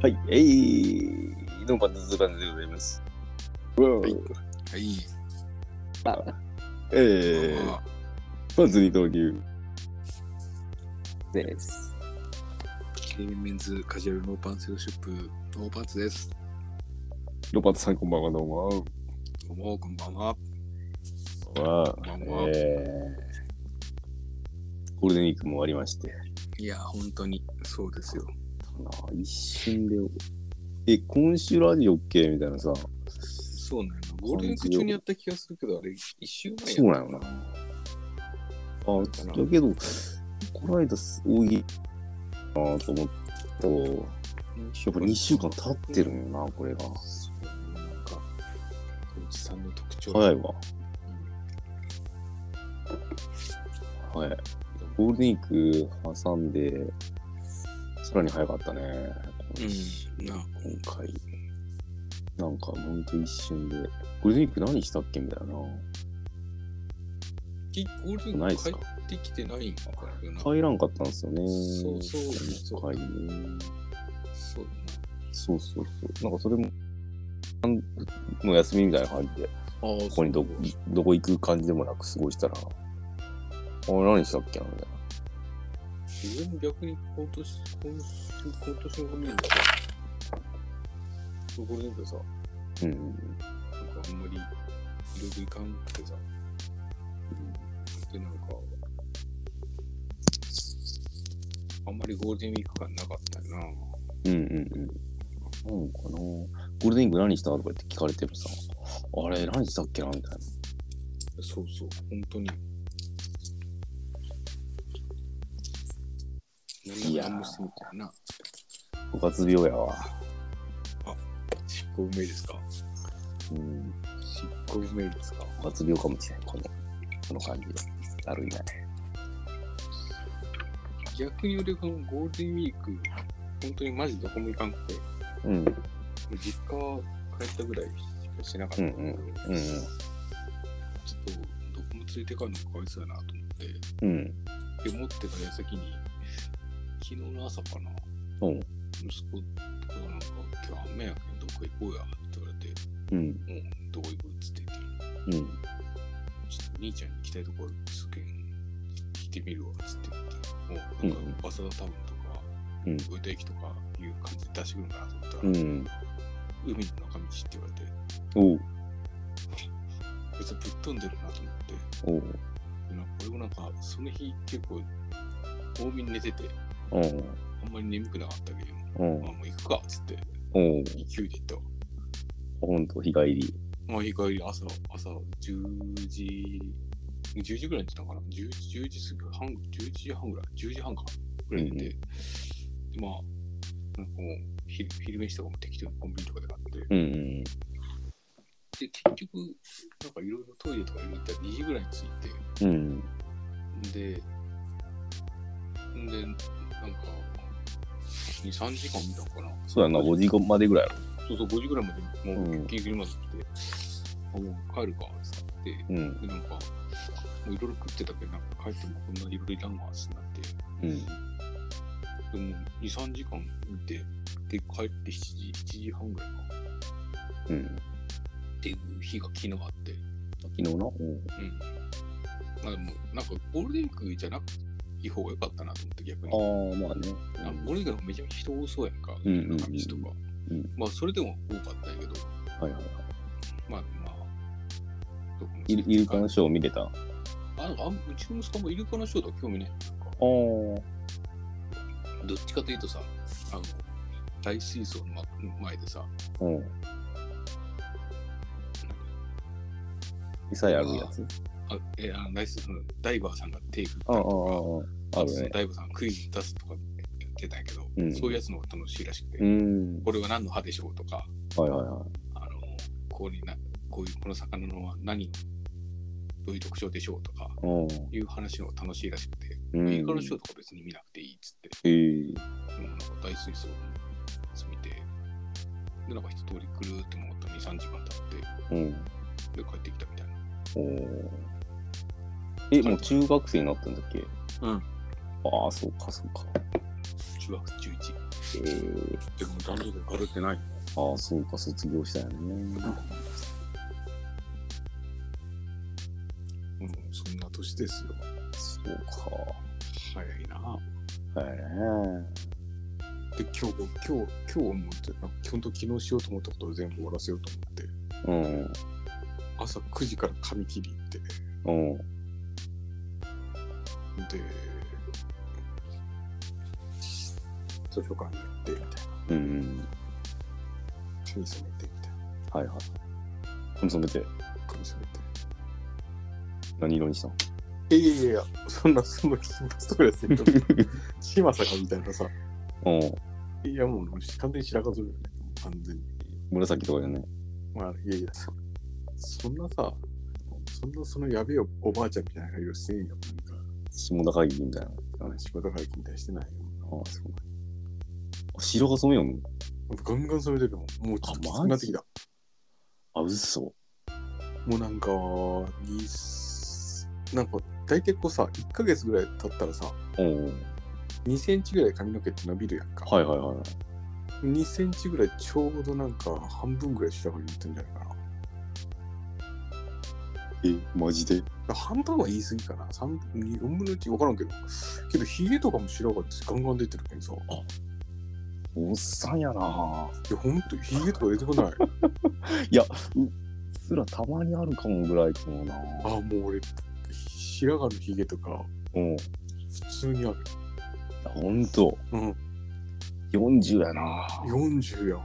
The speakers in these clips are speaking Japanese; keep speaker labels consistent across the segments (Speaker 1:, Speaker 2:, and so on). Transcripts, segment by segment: Speaker 1: はい、えい、どうも、ズバンでございます。
Speaker 2: はいはい。
Speaker 1: えー、
Speaker 2: あ
Speaker 1: まず二刀流。
Speaker 3: です。
Speaker 2: ー、ゲイメンズカジュアルノーパンセルショップ、ノーパンツです。
Speaker 1: ロバートさん、こんばんは、どうも。
Speaker 2: どうも、こんばんは。
Speaker 1: は
Speaker 2: こんばんは。
Speaker 1: えー、ゴールデンウィークも終わりまして、
Speaker 2: いや、本当にそうですよ。
Speaker 1: な一瞬で、え、今週ラジオっけみたいなさ、
Speaker 2: そうなの。ゴールデンウィーク中にやった気がするけど、あれ、一週前
Speaker 1: そうな
Speaker 2: の
Speaker 1: のな。あ、だけど、この間、大喜利なあと思ったけどやっぱ2週間経ってるんよな、これが。
Speaker 2: そうなんか、おじさんの特徴。
Speaker 1: 早い
Speaker 2: うん
Speaker 1: わ。はい。ゴールデンウィーク挟んで、さらに早かったね。
Speaker 2: うん。な、
Speaker 1: 今回。なんか、ほんと一瞬で。ゴールデンウィーク何したっけみたいな。
Speaker 2: きゴールデンウ
Speaker 1: ない
Speaker 2: ィ
Speaker 1: っ
Speaker 2: ーク
Speaker 1: す
Speaker 2: 帰
Speaker 1: か
Speaker 2: ってきてないんかな。
Speaker 1: 入らんかったんですよね。
Speaker 2: そうそうそう
Speaker 1: 今回ね。
Speaker 2: そうだな。
Speaker 1: そうそうそう。なんかそれも、なんもう休みみたいな感じで、
Speaker 2: ああ、
Speaker 1: ここにどどこ行く感じでもなく過ごしたら、あ何したっけなみたいな。
Speaker 2: 自分逆に今年、今週、今年のゴールデンウィークさ、ゴールデンウィークさ、
Speaker 1: うん。
Speaker 2: なんかあんまりいろいろいかんくてさ、で、なんか、あんまりゴールデンウィーク感なかったよな。
Speaker 1: うんうんうん。なんかなゴールデンウィーク何したとか言って聞かれてもさ、あれ何したっけなみたいな。
Speaker 2: そうそう、本当に。
Speaker 1: い
Speaker 2: 何
Speaker 1: や
Speaker 2: も
Speaker 1: ー
Speaker 2: 何もしてみたいな。
Speaker 1: 部活病やわ。
Speaker 2: 執行うめいですか
Speaker 1: うん。
Speaker 2: 執行うめいですか
Speaker 1: 部活病かもしれん、この、この感じだるいね。
Speaker 2: 逆に俺、このゴールデンウィーク、本当にマジどこも行かんくて、
Speaker 1: うん。うん
Speaker 2: 実家帰ったぐらいしかしなかったんだけど、
Speaker 1: うんう
Speaker 2: ち
Speaker 1: ん。
Speaker 2: ょっとどこも連れて帰るのかわいそうだなと思っ
Speaker 1: うん。
Speaker 2: て、で、持ってた矢先に、昨日の朝かな、
Speaker 1: うん。
Speaker 2: 息子がなんか、今日雨やけん、どっか行こうやって言われて、
Speaker 1: うん。
Speaker 2: うん、どこ行くっつって言って、
Speaker 1: うん。
Speaker 2: ちょっと兄ちゃんに行きたいところあるっつうけん、聞いてみるわっつって言って、もうなんか、バサダタウンとか、
Speaker 1: うん
Speaker 2: 上田駅とかいう感じで出してくるのかなと思った
Speaker 1: う
Speaker 2: ら、
Speaker 1: ん。
Speaker 2: 海の中道って言われて、
Speaker 1: おう。
Speaker 2: こいつぶっ飛んでるなと思って。
Speaker 1: おう。
Speaker 2: なんか俺もなんかその日結構多めに寝てて
Speaker 1: うん。
Speaker 2: あんまり眠くなかったけど、
Speaker 1: うん
Speaker 2: ま。あ、もう行くかっつって
Speaker 1: おう。
Speaker 2: 勢いで行ったわ
Speaker 1: ほんと、日帰り。
Speaker 2: まあいい帰り朝朝10時10時ぐらいに行ったのかな 10, 10時過ぎ半10時半ぐらい10時半かぐらいに寝て、でまあなんかもう昼昼飯とかも適当にコンビニとかで買って
Speaker 1: うん。
Speaker 2: で結局なんかいろいろトイレとかいろいろ行ったら2時ぐらいに着いて
Speaker 1: うん。
Speaker 2: で、で、なんか、2、3時間見たのかな。
Speaker 1: そうやな、5時までぐらいや
Speaker 2: そうそう、5時ぐらいまでもう
Speaker 1: うん
Speaker 2: ギリギリまで来て、あもう帰るかっつって、
Speaker 1: ろ。うん。
Speaker 2: で、なんか、もういろいろ食ってたけど、なんか帰ってもこんないろいろいらんわっつってなって、
Speaker 1: うん。
Speaker 2: でも2、3時間見て、で、帰って7時、7時半ぐらいか。
Speaker 1: うん。
Speaker 2: っていう日が昨日あって、
Speaker 1: 昨日な。うん。
Speaker 2: うん。まあでも、なんかゴールデンウィークじゃなくていい方が良かったなと思って、逆に。
Speaker 1: ああ、まあね。
Speaker 2: あゴールデンウィークめちゃめちゃ人多そうやんか、
Speaker 1: うんうんうん
Speaker 2: 中道とか。
Speaker 1: うん
Speaker 2: まあ、それでも多かったんやけど、
Speaker 1: はいはい。
Speaker 2: まあ、まあ、どこも
Speaker 1: イルイルカのショー見れたあ
Speaker 2: ああうちの息子もイルカのショーとか興味ないなんか
Speaker 1: あ。
Speaker 2: どっちかというとさ、あの、大水槽のま前でさ、
Speaker 1: うん。餌やるやつ
Speaker 2: あえあの大水槽のダイバーさんが手振った
Speaker 1: ああ、ああ
Speaker 2: りと、
Speaker 1: あ
Speaker 2: か、あ
Speaker 1: る
Speaker 2: とその
Speaker 1: ね。
Speaker 2: ダイバーさんがクイズ出すとかやってたんやけど、
Speaker 1: うん
Speaker 2: そういうやつの方が楽しいらしくて、
Speaker 1: うん。
Speaker 2: これは何の歯でしょうとか、
Speaker 1: はいはいは
Speaker 2: あの、ここにな、こういう、この魚のは何を、どういう特徴でしょうと
Speaker 1: い。
Speaker 2: か、
Speaker 1: うん
Speaker 2: いう話の方が楽しいらしくて、
Speaker 1: うん。
Speaker 2: 映画のショーとか別に見なくていいっつって、
Speaker 1: えー
Speaker 2: うん、なんか大水槽のやつ見て、で、なんか一通りぐるーって回った2、3時間経っ
Speaker 1: うん。
Speaker 2: て、で、帰ってきたみたいな。
Speaker 1: おーえ、もう中学生になったんだっけ
Speaker 2: うん。
Speaker 1: ああ、そうかそうか。
Speaker 2: 中中学中
Speaker 1: え
Speaker 2: 1。
Speaker 1: ー、
Speaker 2: でも男女でバレてない。
Speaker 1: ああ、そうか、卒業したよね。
Speaker 2: うん、そんな年ですよ。
Speaker 1: そうか。
Speaker 2: 早いな。
Speaker 1: はいね。
Speaker 2: で、今日、今日、今日思って、なんか基本と昨日しようと思ったことを全部終わらせようと思って、
Speaker 1: うん。
Speaker 2: 朝9時から髪切り行って、
Speaker 1: うん。
Speaker 2: で、図書館に行って、みたいな。
Speaker 1: うん。
Speaker 2: 髪染めて、みたいな。
Speaker 1: はいはい。髪染めて、
Speaker 2: 髪染めて。
Speaker 1: 何色にしたの
Speaker 2: いやいやいや、そんな、そんな金髪とかやってる島さんみたいなさ、
Speaker 1: うん。
Speaker 2: いやもう完全に白髪染めよね、完全に。
Speaker 1: 紫とかじゃね。
Speaker 2: まあ、いやいや、そそんなさ、そんなそのやべえおばあちゃんみたいな色してんよ、なんか。
Speaker 1: 下田会議みたいな。
Speaker 2: あの仕事からみたいしてないよ。
Speaker 1: ああ、そうか。あ白が染めよんの
Speaker 2: ガンガン染めてるもん。もうちょっときつくなってきた。
Speaker 1: あ、嘘。
Speaker 2: もうなんか、になんか、大体こうさ、1ヶ月ぐらい経ったらさ、
Speaker 1: うん。
Speaker 2: 2センチぐらい髪の毛って伸びるやんか。
Speaker 1: はいはいはい。
Speaker 2: 2センチぐらいちょうどなんか半分ぐらい下がにいってんじゃないかな。
Speaker 1: え、マジで
Speaker 2: 半分は言い過ぎかな。3分、4分の1分からんけど。けど、ヒゲとかも白髪ガンガン出てるけんさ。い
Speaker 1: おっさんやな
Speaker 2: や、ほんと、ヒゲとか出てこない。
Speaker 1: すらたまにあるかもぐらいかもな
Speaker 2: あ、もう俺、白髪のヒゲとか、
Speaker 1: うん。い
Speaker 2: 普通にある。
Speaker 1: やほんと。
Speaker 2: うん。
Speaker 1: 40やな
Speaker 2: 40やわ。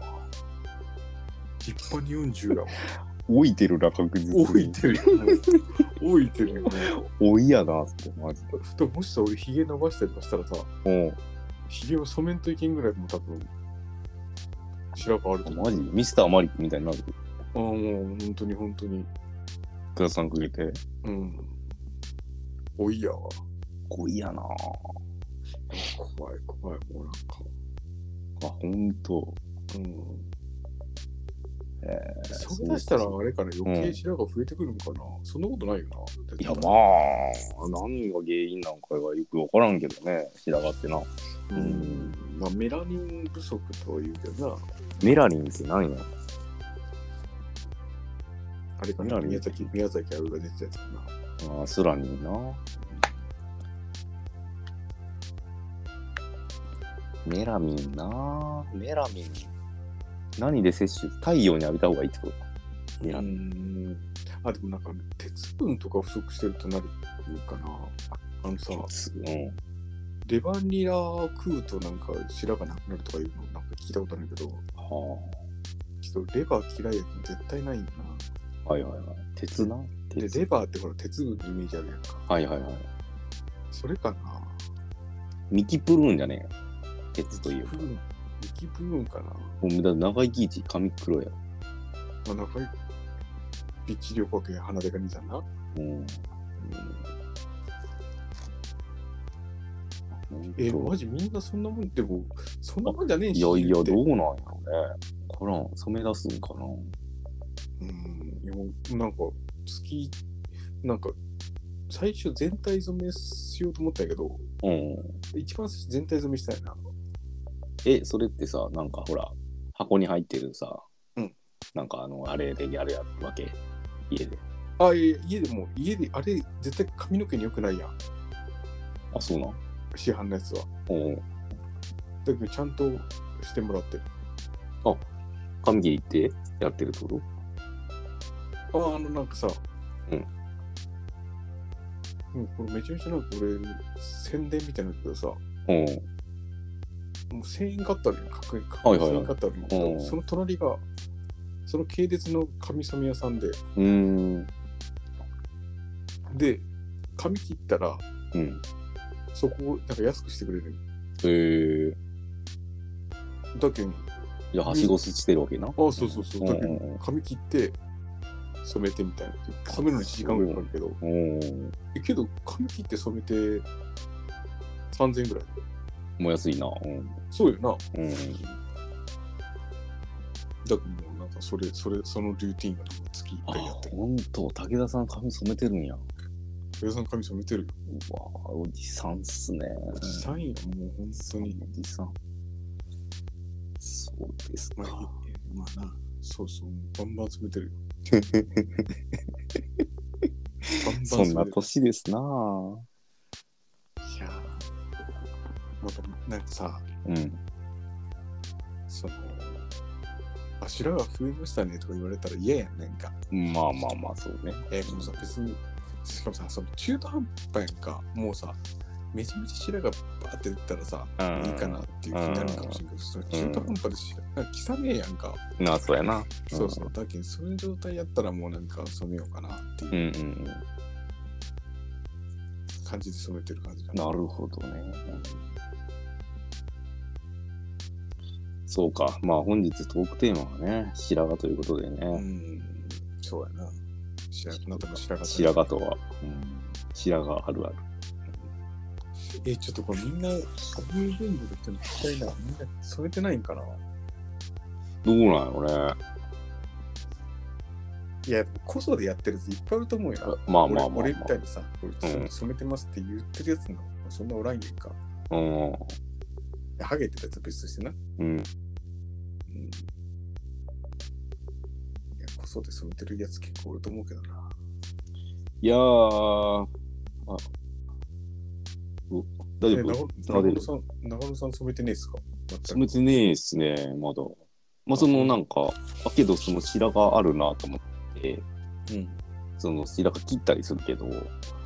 Speaker 2: 立派に40やわ。
Speaker 1: 老いてるな、確実に。
Speaker 2: 老い てるよ。老いてるよね。
Speaker 1: 老いやなって、マジで。
Speaker 2: でも、もしさ、俺、ヒゲ伸ばしたりとかしたらさ、
Speaker 1: うん。
Speaker 2: ヒゲを染めんといけんぐらいも多分、白髪あると
Speaker 1: あ
Speaker 2: 思う。
Speaker 1: マジミスターマリックみたいになる。
Speaker 2: ああ、もう、本当に本当に。
Speaker 1: グラサンかけて。
Speaker 2: うん。老いやわ。
Speaker 1: 濃いやなあ、
Speaker 2: 怖い怖いもうなんか
Speaker 1: ほんと。
Speaker 2: うん
Speaker 1: えー
Speaker 2: それ出したら
Speaker 1: そうそう
Speaker 2: あれかな余計白髪増えてくるのかな、そんなことないよない
Speaker 1: や、まあ、何が原因なのかはよくわからんけどね、白髪ってな。
Speaker 2: う
Speaker 1: うんん、
Speaker 2: まあメラニン不足とは言うけどな
Speaker 1: メラリンって何や
Speaker 2: あれか
Speaker 1: メ
Speaker 2: な
Speaker 1: ラニン
Speaker 2: 宮崎宮崎あるが出てたやつかな
Speaker 1: ああ、スラニンな。メラミンな。メラミン。何で摂取太陽に浴びた方がいいってことか。メラミン。
Speaker 2: んあでもなんか鉄分とか不足してるとなるかなあのさ
Speaker 1: うん。
Speaker 2: レバニラ食うとなんか白髪なくなるとかいうのなんか聞いたことあるけど
Speaker 1: は
Speaker 2: ちょっとレバー嫌いやけど絶対ないんだな
Speaker 1: あ。はいはいはい。鉄な
Speaker 2: で
Speaker 1: 鉄。
Speaker 2: レバーってほら鉄分のイメージあるやんか
Speaker 1: はいはいはい。
Speaker 2: それかな
Speaker 1: ミキプルーンじゃねえよ。鉄といえば。
Speaker 2: 分雪部分かな、
Speaker 1: もうだって長生き一髪黒や。
Speaker 2: まあ、長いピッチ旅行系鼻でか兄さんな、
Speaker 1: うん。
Speaker 2: え
Speaker 1: ほんと
Speaker 2: マジみんなそんなもんでもそんなもんじゃねえし
Speaker 1: いやいや、
Speaker 2: って
Speaker 1: どうなんやろね。わからん。染め出すんかな。
Speaker 2: うんいやもうなんか月なんか最初全体染めしようと思ったんやけど
Speaker 1: うん。
Speaker 2: 一番最初全体染めしたいな
Speaker 1: え、それってさ、なんかほら、箱に入ってるさ、
Speaker 2: うん
Speaker 1: なんかあの、あれでやるやるわけ、家で。
Speaker 2: あいや家でも家であれ絶対髪の毛に良くないやん
Speaker 1: あ、そうなん
Speaker 2: 市販のやつは
Speaker 1: おう
Speaker 2: だけどちゃんとしてもらってる
Speaker 1: 髪切ってやってるってこと
Speaker 2: ああのなんかさ
Speaker 1: うん
Speaker 2: うんこれめちゃめちゃなんか俺宣伝みたいなんだけどさも
Speaker 1: うん。
Speaker 2: う1000円買ったのよ確認
Speaker 1: はいはいは
Speaker 2: 1000
Speaker 1: い
Speaker 2: 円買ったのよ
Speaker 1: うん
Speaker 2: その隣がその系列の髪染め屋さんで
Speaker 1: うーん。
Speaker 2: で髪切ったら
Speaker 1: うん。
Speaker 2: そこをなんか安くしてくれるんよ
Speaker 1: えー、
Speaker 2: だけん
Speaker 1: じゃあ、はしごすしてるわけな。あ、
Speaker 2: ああそうそうそうだけ
Speaker 1: うんんうん
Speaker 2: 髪切って染めてみたいな染めるのに1時間ぐらいかかるけど
Speaker 1: うん。うん。
Speaker 2: えけど髪切って染めて3000円ぐらい
Speaker 1: もう安いな。うん。
Speaker 2: そうよな
Speaker 1: うん。
Speaker 2: だからもうなんかそれそれそのルーティンが月1
Speaker 1: あ、
Speaker 2: 回やってる
Speaker 1: ほんと、武田さん髪染めてるんや。
Speaker 2: 土井さん神様見てるよ。
Speaker 1: うわおじさんっすね。
Speaker 2: おじさんや、もう本当に。
Speaker 1: おじさん。そうですか
Speaker 2: まあ、。いいまあな、そうそう、バンバン集めてるよ。バンバン集
Speaker 1: そ
Speaker 2: めてる
Speaker 1: んな年ですなぁ
Speaker 2: いやまた、なんかさ、
Speaker 1: うん。
Speaker 2: その、柱が増えましたねとか言われたら嫌やん、なんか。
Speaker 1: まあまあまあ、そうね。
Speaker 2: えー、でもさ、別に、しかもさ、その中途半端やんか、もうさ、めちゃめちゃ白がバーって出たらさ、
Speaker 1: うん
Speaker 2: いいかなっていう気になるかもしれんけど、その中途半端でし、なんか汚ねえやんか。
Speaker 1: なあ、そうやな。
Speaker 2: そうそう、だけど、そういう状態やったらもうなんか染めようかなって
Speaker 1: うん
Speaker 2: いううん
Speaker 1: うん。
Speaker 2: 感じで染めてる感じかな。
Speaker 1: なるほどね。そうか。まあ本日トークテーマはね、白髪ということで
Speaker 2: う
Speaker 1: ね。
Speaker 2: ん、そうやな。白髪、なたも白髪。
Speaker 1: 白髪とは、うん、白髪あるある。
Speaker 2: えー、ちょっとこれみんな、こういう言語で言ってるの聞きたいな。みんな染めてないんかな
Speaker 1: どうなんやろね。
Speaker 2: いや、こそでやってるやついっぱいいると思うよ。
Speaker 1: まあまあまあ、まあ。
Speaker 2: 俺俺みたいにさ、これ
Speaker 1: うん
Speaker 2: 染めてますって言ってるやつの、そんなおらんやんか。い
Speaker 1: うん。
Speaker 2: やハゲてたやつは別としてな。う
Speaker 1: うん。
Speaker 2: ん。いや、こそで染めてるやつ結構おると思うけどな。
Speaker 1: いやー、あ、お大
Speaker 2: え
Speaker 1: 丈夫
Speaker 2: 長野長野さん、長野さん染めてねえっすか
Speaker 1: 染
Speaker 2: 全
Speaker 1: め
Speaker 2: く。
Speaker 1: てねえっすね、まだ。まあ、そのなんか、あけどその白髪あるなと思って、
Speaker 2: うん。
Speaker 1: その白髪切ったりするけど、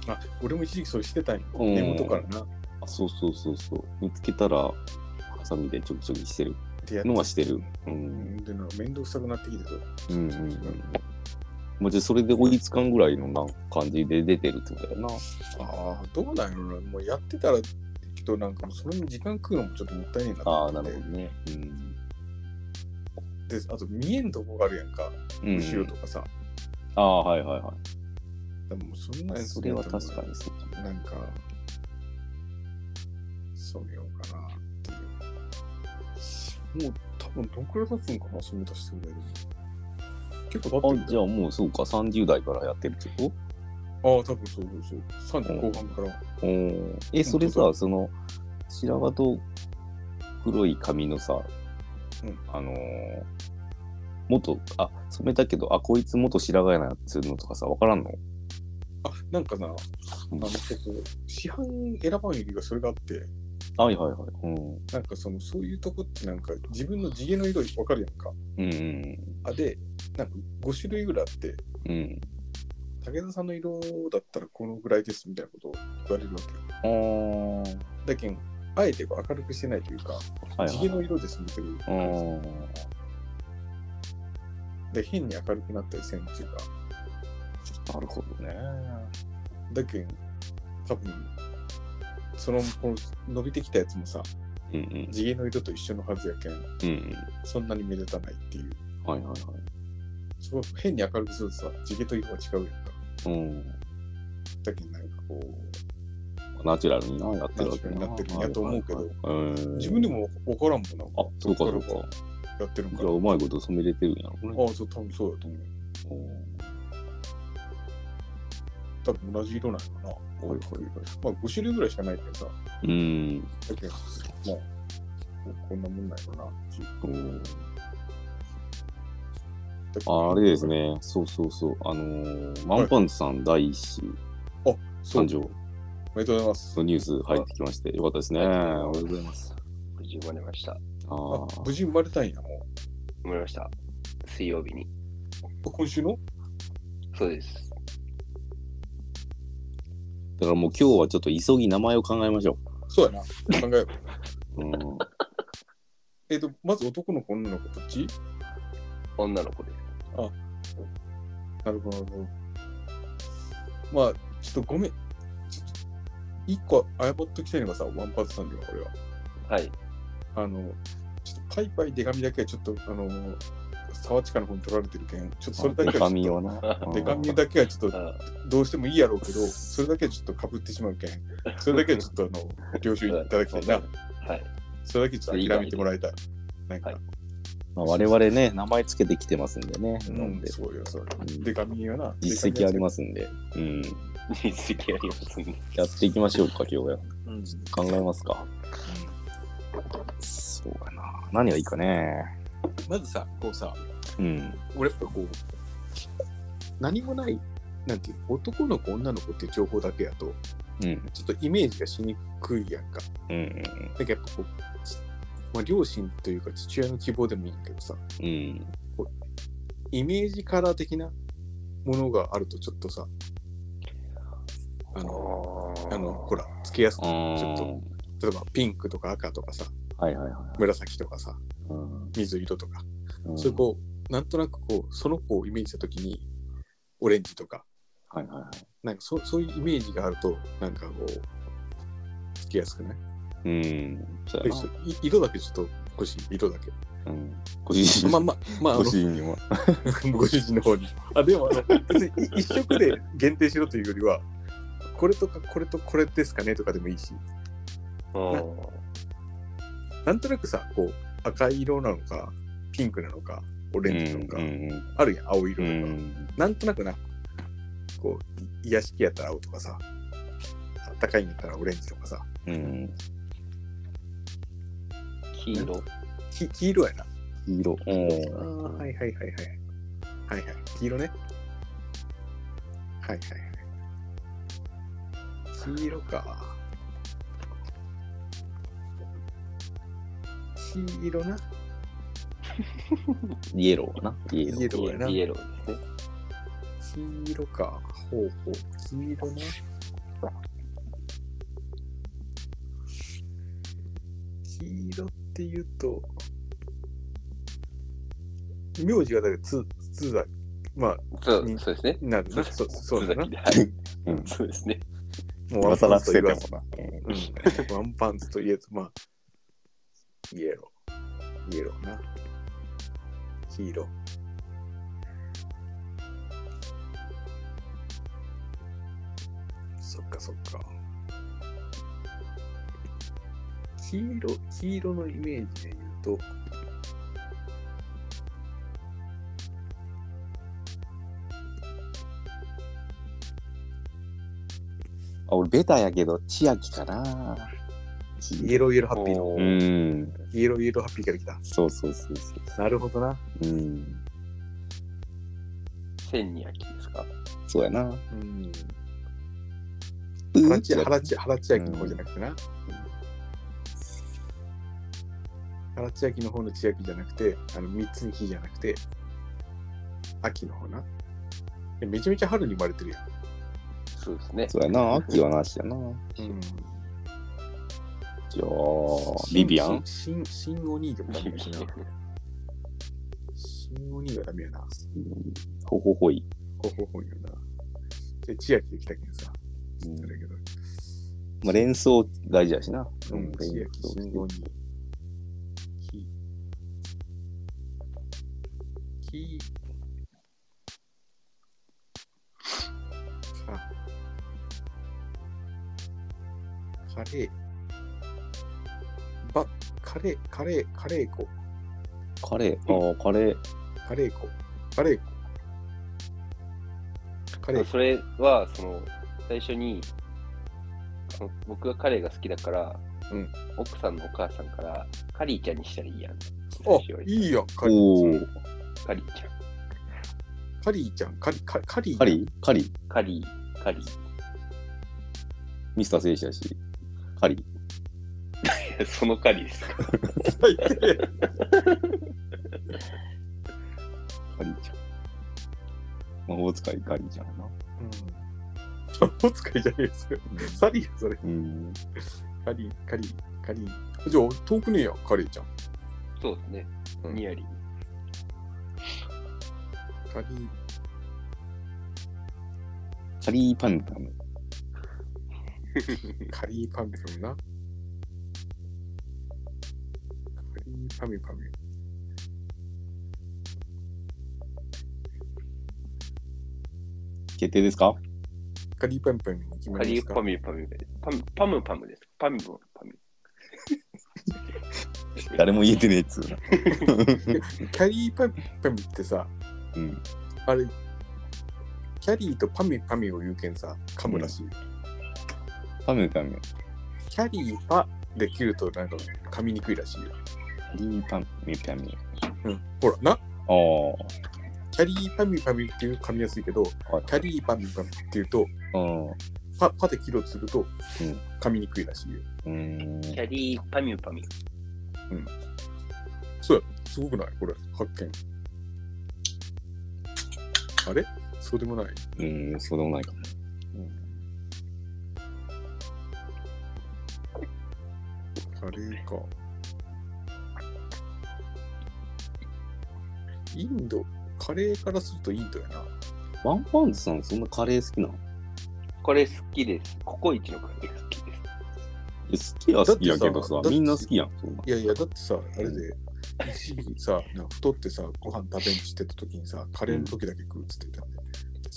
Speaker 2: あ、俺も一時期それしてたんよ。
Speaker 1: うん
Speaker 2: 根元からな。
Speaker 1: あそうそうそうそう、見つけたら、ハサミでちょきちょきしてる
Speaker 2: でやっ
Speaker 1: のはしてる。う。
Speaker 2: うんん。でな、面倒くさくなってきてた。
Speaker 1: うんうんうん。まあ、じゃあそれで追いつかんぐらいのなんか感じで出てるってことやな。
Speaker 2: ああ、どうなんやろな。もうやってたら、きっとなんかもうそれに時間食うのもちょっともったいねえなと
Speaker 1: ああ、な
Speaker 2: 思って
Speaker 1: るほどね。うん。
Speaker 2: で、あと見えんとこがあるやんか。
Speaker 1: うん
Speaker 2: 後ろとかさ。
Speaker 1: ああ、はいはいは
Speaker 2: でもそんなん
Speaker 1: い。それは確かにそうかも
Speaker 2: に。なんか、染めようかなっていう。もう多分どんくらい経つんかな、染め出してくれるの結構経って
Speaker 1: あじゃあもうそうか30代からやってるってこ
Speaker 2: ああ、多分そうそうそう。30後半から。
Speaker 1: とえそれ
Speaker 2: 本当
Speaker 1: さその白髪と黒い髪のさ、
Speaker 2: うん
Speaker 1: あのー元あ染めたけどあこいつ元白髪やなっつうのとかさ分からんの
Speaker 2: あ、なんかな、あの、結構、市販選ばんよりがそれがあって、
Speaker 1: はいはいはいうん
Speaker 2: なんかその、そういうとこってなんか、自分の地毛の色わかるやんか。
Speaker 1: うん
Speaker 2: あ、で、なんか5種類ぐらいあって、
Speaker 1: うんうん
Speaker 2: 武田さんの色だったらこのぐらいですみたいなことを言われるわけよ。
Speaker 1: あー
Speaker 2: だけん、あえてこう明るくしてないというか、
Speaker 1: はい
Speaker 2: 地毛
Speaker 1: は
Speaker 2: の
Speaker 1: い
Speaker 2: 色で染めてる。
Speaker 1: あー
Speaker 2: で、変に明るくなったりせんっていうか、
Speaker 1: なるほどね
Speaker 2: だけん、多分そのこの伸びてきたやつもさ、
Speaker 1: うんうん
Speaker 2: 地毛の色と一緒のはずやけん、
Speaker 1: うんうん
Speaker 2: そんなに目立たないっていう。
Speaker 1: はいはいはい
Speaker 2: そこ変に明るくするとさ、地毛と色が違うやんか。
Speaker 1: うん
Speaker 2: だけん、なんかこう、
Speaker 1: ナチュラルになやってるわけ
Speaker 2: ナチュラルになってるんやと思うけど
Speaker 1: はいはいはいうん
Speaker 2: 自分でも分からんもんなんか
Speaker 1: あ、そうかそうか。
Speaker 2: やってるん
Speaker 1: じ
Speaker 2: か
Speaker 1: ゃあ
Speaker 2: ら。
Speaker 1: うまいこと染めれてるんやろね。
Speaker 2: ああ、そう、多分そうだと思う。多分同じ色なんやろな。
Speaker 1: おいおい
Speaker 2: まあ、5種類ぐらいしかないけどさ、
Speaker 1: うん。
Speaker 2: だけど、まあ、こんなもんなんやろなっていう。
Speaker 1: うん
Speaker 2: だけど
Speaker 1: あれです。ね。そうそうそう。あのー、マンパンツさん第一子
Speaker 2: そう
Speaker 1: 誕生
Speaker 2: おめでとうございます。
Speaker 1: のニュース入ってきまして、よかったですね。
Speaker 4: あ
Speaker 1: おめでとうございます。
Speaker 4: 無事生まれました。
Speaker 1: あ
Speaker 2: あ
Speaker 1: ー
Speaker 2: 無事生まれたんや、も
Speaker 4: 生まれました。水曜日に。
Speaker 2: う。今週の
Speaker 4: そうです。
Speaker 1: だからもう今日はちょっと急ぎ名前を考えましょ
Speaker 2: そうやな。考えよう。
Speaker 1: う。うん。
Speaker 2: えっ、と、まず男の子、女の子、どっち
Speaker 4: 女の子です。
Speaker 2: なるほど、なるほど。まあ、ちょっとごめん。ちょっと、一個謝っときたいのがさ、ワンパーツさんには、俺は。
Speaker 4: はい。
Speaker 2: あの、ちょっとパイパイ手紙だけはちょっと、あの、沢地下の方に取られてるけん、ちょっとそれだけ
Speaker 1: デ
Speaker 2: は
Speaker 1: カ
Speaker 2: ち
Speaker 1: ミ
Speaker 2: ょっ
Speaker 1: をな。
Speaker 2: と、手紙だけはちょっと、
Speaker 4: あ
Speaker 2: どうしてもいいやろうけど、それだけはちょっとかぶってしまうけん、それだけはちょっと、あの、領収いただきたい な。
Speaker 4: はい。
Speaker 2: それだけちょっと諦めてもらいたい。なんか、
Speaker 4: はい
Speaker 1: まあ我々ね、名前つけてきてますんでね。
Speaker 2: う
Speaker 1: なん
Speaker 2: ん、
Speaker 1: で、
Speaker 2: そうよ、そうよ。
Speaker 1: うん
Speaker 2: でかみはな、。
Speaker 1: 実績ありますすんで。うん。
Speaker 4: 引き続きやりますんで。
Speaker 1: やっていきましょうか、今日は。
Speaker 2: うん。
Speaker 1: 考えますか。そうかな。何がいいかね。
Speaker 2: まずさ、こうさ、
Speaker 1: うん。
Speaker 2: 俺やっぱこう、何もない、なんていう、男の子、女の子っていう情報だけやと、
Speaker 1: うん。
Speaker 2: ちょっとイメージがしにくいやんか。
Speaker 1: うん。
Speaker 2: だけどやっぱこう、まあ、両親というか父親の希望でもいいんだけどさ、
Speaker 1: うん。
Speaker 2: イメージカラー的なものがあるとちょっとさ、あの、
Speaker 4: あ
Speaker 2: あのほら、つけやすく、
Speaker 1: あー
Speaker 2: ちょっと例えばピンクとか赤とかさ、
Speaker 1: はいはいは
Speaker 2: 紫とかさ、
Speaker 1: い。うん。
Speaker 2: 水色とか、
Speaker 1: うん
Speaker 2: それこう、なんとなくこう、その子をイメージしたときに、オレンジとか、
Speaker 1: はいはいは
Speaker 2: なんかそそういうイメージがあると、なんかこう、つけやすくない
Speaker 1: い。うん。そうや
Speaker 2: でそうい色だけちょっと欲しい、色だけ。
Speaker 1: な。うん。ご自身
Speaker 2: まあまあ、まあ、あの
Speaker 1: ご主人は。
Speaker 2: ご主人の方に。あでもあの、別に一色で限定しろというよりは、これとかこれとこれですかねとかでもいいし、
Speaker 4: ー
Speaker 2: なんとなくさ、こう、赤い色なのか、ピンクなのか、オレンジなのか、
Speaker 1: うん
Speaker 2: あるやん、青色
Speaker 1: う
Speaker 2: とか。
Speaker 1: ん。
Speaker 2: なんとなくな、こう、癒し系やったら青とかさ、あったかいんやったらオレンジとかさ、
Speaker 1: うん。
Speaker 4: 黄色
Speaker 2: き黄色やな。
Speaker 1: 黄色。
Speaker 2: あ
Speaker 1: う
Speaker 2: ーはいはいはいはい。はいはい、黄色ね。はいはいはい。黄色か。黄色な。
Speaker 1: ん。イエローかな。イエロ
Speaker 2: イエ
Speaker 1: ー。
Speaker 2: ローやな。
Speaker 4: イ
Speaker 2: 黄
Speaker 4: エローですね。
Speaker 2: 色か。ほうほう。黄色な。黄色っていうと、名字がだけど、つ、つだ。まあ、
Speaker 4: そうそうですね。
Speaker 2: なるな。そそうだ
Speaker 4: 鈴
Speaker 2: な
Speaker 4: 木。ではい
Speaker 1: うん
Speaker 4: そうですね。
Speaker 2: も
Speaker 1: 今更
Speaker 2: と
Speaker 1: 伏
Speaker 2: 言
Speaker 1: せ
Speaker 2: わ
Speaker 1: て
Speaker 2: ず
Speaker 1: もな。
Speaker 2: うん、 ワンパンツといえず、まあ、イエロー。イエローな。ヒーロー。そっかそっか。黄色、黄色のイメージで言うと、
Speaker 1: あ、俺ベタやけど、千秋かな。
Speaker 2: イエローイエローハッピーの、
Speaker 4: お
Speaker 1: う
Speaker 4: ー
Speaker 1: ん。
Speaker 2: イエローイエローハッピーから来た。
Speaker 1: そうそうそうそ
Speaker 2: なるほどな。
Speaker 1: う。うん。
Speaker 4: 千に秋ですか
Speaker 1: そうやな。
Speaker 2: うん。
Speaker 1: う
Speaker 2: 原
Speaker 1: ん
Speaker 2: 千原千原千秋の方じゃなくてな。原千秋の方の千秋じゃなくて、あの三つに日じゃなくて、秋の方な。えめちゃめちゃ春に生まれてるやん。
Speaker 4: そうですね。
Speaker 1: そうや な。秋はなしやな。じゃあ、ビビアン
Speaker 2: 新新新お兄でもダメだしな。新お兄がダメやな。
Speaker 1: ほほほい。
Speaker 2: ほほほやな。で、千秋できたけんさ。
Speaker 1: うん
Speaker 2: あれやけど。
Speaker 1: まあ、連想大事やしな。
Speaker 2: うん、
Speaker 1: 連
Speaker 2: 千秋、
Speaker 1: 想
Speaker 2: 新お兄。ひ。ひ。か。カレー。ば、カレー、カレー、カレー粉。
Speaker 1: カレー。ああ、カレー。
Speaker 2: カレー粉。カレー粉。カレー粉。
Speaker 4: それは、その、最初に、その僕がカレーが好きだから、
Speaker 2: うん
Speaker 4: 奥さんのお母さんから、カリーちゃんにしたらいいやん。
Speaker 2: あ
Speaker 4: 最初言わ、れ
Speaker 2: い
Speaker 4: て
Speaker 2: いやん。カリ
Speaker 1: お
Speaker 2: ー
Speaker 1: ー。
Speaker 4: カリーちゃん。
Speaker 2: カリーちゃん。カリ、カカリー。
Speaker 1: カリーカリー
Speaker 4: カリー、カリー。
Speaker 1: ミスター選手やし。カリー
Speaker 4: いやそのカリーですか。
Speaker 2: 最 低
Speaker 1: カリーちゃん。魔法使いカリーちゃんやな。
Speaker 2: 魔法使いじゃねえですよ。サリーやそれ。
Speaker 1: うん。
Speaker 2: カリー、カリー、カリー。じゃあ、遠くねえや、カリーちゃん。
Speaker 4: そうですね。
Speaker 2: うん
Speaker 4: ニヤリ。
Speaker 2: カリー、
Speaker 1: カリーパンダム。
Speaker 2: カリーパミパミな。カリーパミパミ。
Speaker 1: 決定ですか
Speaker 2: カリーパミパミに決ま
Speaker 4: カ
Speaker 2: りま
Speaker 4: リ
Speaker 2: す
Speaker 4: ー
Speaker 2: か
Speaker 4: パミュパミュパムパムパムです。パムパムパム。
Speaker 1: 誰も言えてねえっつうな。
Speaker 2: カリーパミパミってさ、
Speaker 1: うん
Speaker 2: あれ、キャリーとパミュパミュを言うけんさ、噛むらしい。
Speaker 1: 噛む噛む。
Speaker 2: キャリーパで切るとなんか噛みにくいらしいよ。
Speaker 1: リーパミュパミュ。
Speaker 2: うん。ほら、な、
Speaker 1: あ
Speaker 2: キャリーパミュパミュっていう噛みやすいけど、
Speaker 1: はい
Speaker 2: キャリーパミュパミュっていうと、
Speaker 1: あ。うん。う
Speaker 2: パパで切ろうとすると、
Speaker 1: うん
Speaker 2: 噛みにくいらしいよ。
Speaker 1: ーん。
Speaker 4: キャリーパミュパミュ。
Speaker 2: そうや、すごくないこれ、発見。あれそうでもない。
Speaker 1: うん、そうでもないかも。
Speaker 2: カレーか。インド、カレーからするとインドやな。
Speaker 1: ワンパンツさん、そんなカレー好きなの
Speaker 4: これ好きです。ココイチのカレー好きです。
Speaker 1: いや好きは好きやけど
Speaker 2: だ
Speaker 1: さ
Speaker 2: って、さ
Speaker 1: みんな好きやん、そんな。
Speaker 2: いやいや、だってさ、あれで、一時期さ、なんか太ってさ、ご飯食べんしてた時にさ、カレーの時だけ食うっつってたんで、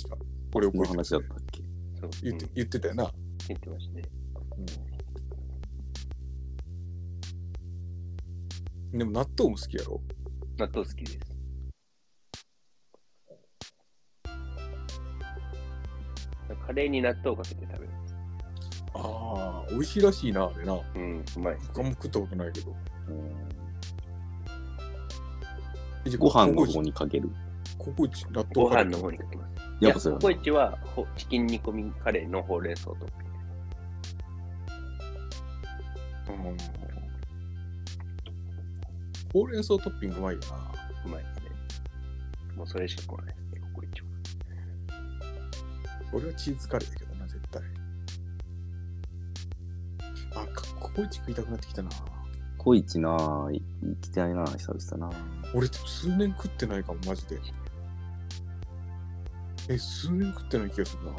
Speaker 2: 確か。俺
Speaker 1: この
Speaker 2: 覚え
Speaker 1: 話
Speaker 2: て
Speaker 1: だ
Speaker 2: る
Speaker 1: ったっけ
Speaker 4: そう
Speaker 2: 言って
Speaker 4: うん
Speaker 2: 言ってたよな。
Speaker 4: 言ってましたね。
Speaker 2: うんでも納豆も好きやろ
Speaker 4: 納豆好きです。カレーに納豆をかけて食べる。
Speaker 2: ああ、美味しいらしいな、あれな。
Speaker 4: うん、うまい。
Speaker 2: 僕も食ったことないけど。
Speaker 1: ご飯の
Speaker 2: こ
Speaker 1: 方
Speaker 2: こ
Speaker 1: にかける。
Speaker 2: ココイチ納
Speaker 4: ご
Speaker 2: 豆
Speaker 4: 飯の方にかけます。い
Speaker 1: やっ
Speaker 4: や、
Speaker 1: ぱそ
Speaker 4: コ
Speaker 1: れは
Speaker 4: コイチはほチキン煮込みカレーのほうれん草と。
Speaker 2: うんほうれん草トッピングうまいよな。
Speaker 4: うまいですね。もうそれしか来ないですね、ココイチは。
Speaker 2: 俺はチーズカレーだけどな、絶対。あ、かココイチ食いたくなってきたな。
Speaker 1: コイチなぁ、い行きたいなぁ、久々な
Speaker 2: 俺、数年食ってないかも、マジで。え、数年食ってない気がするな。
Speaker 1: あ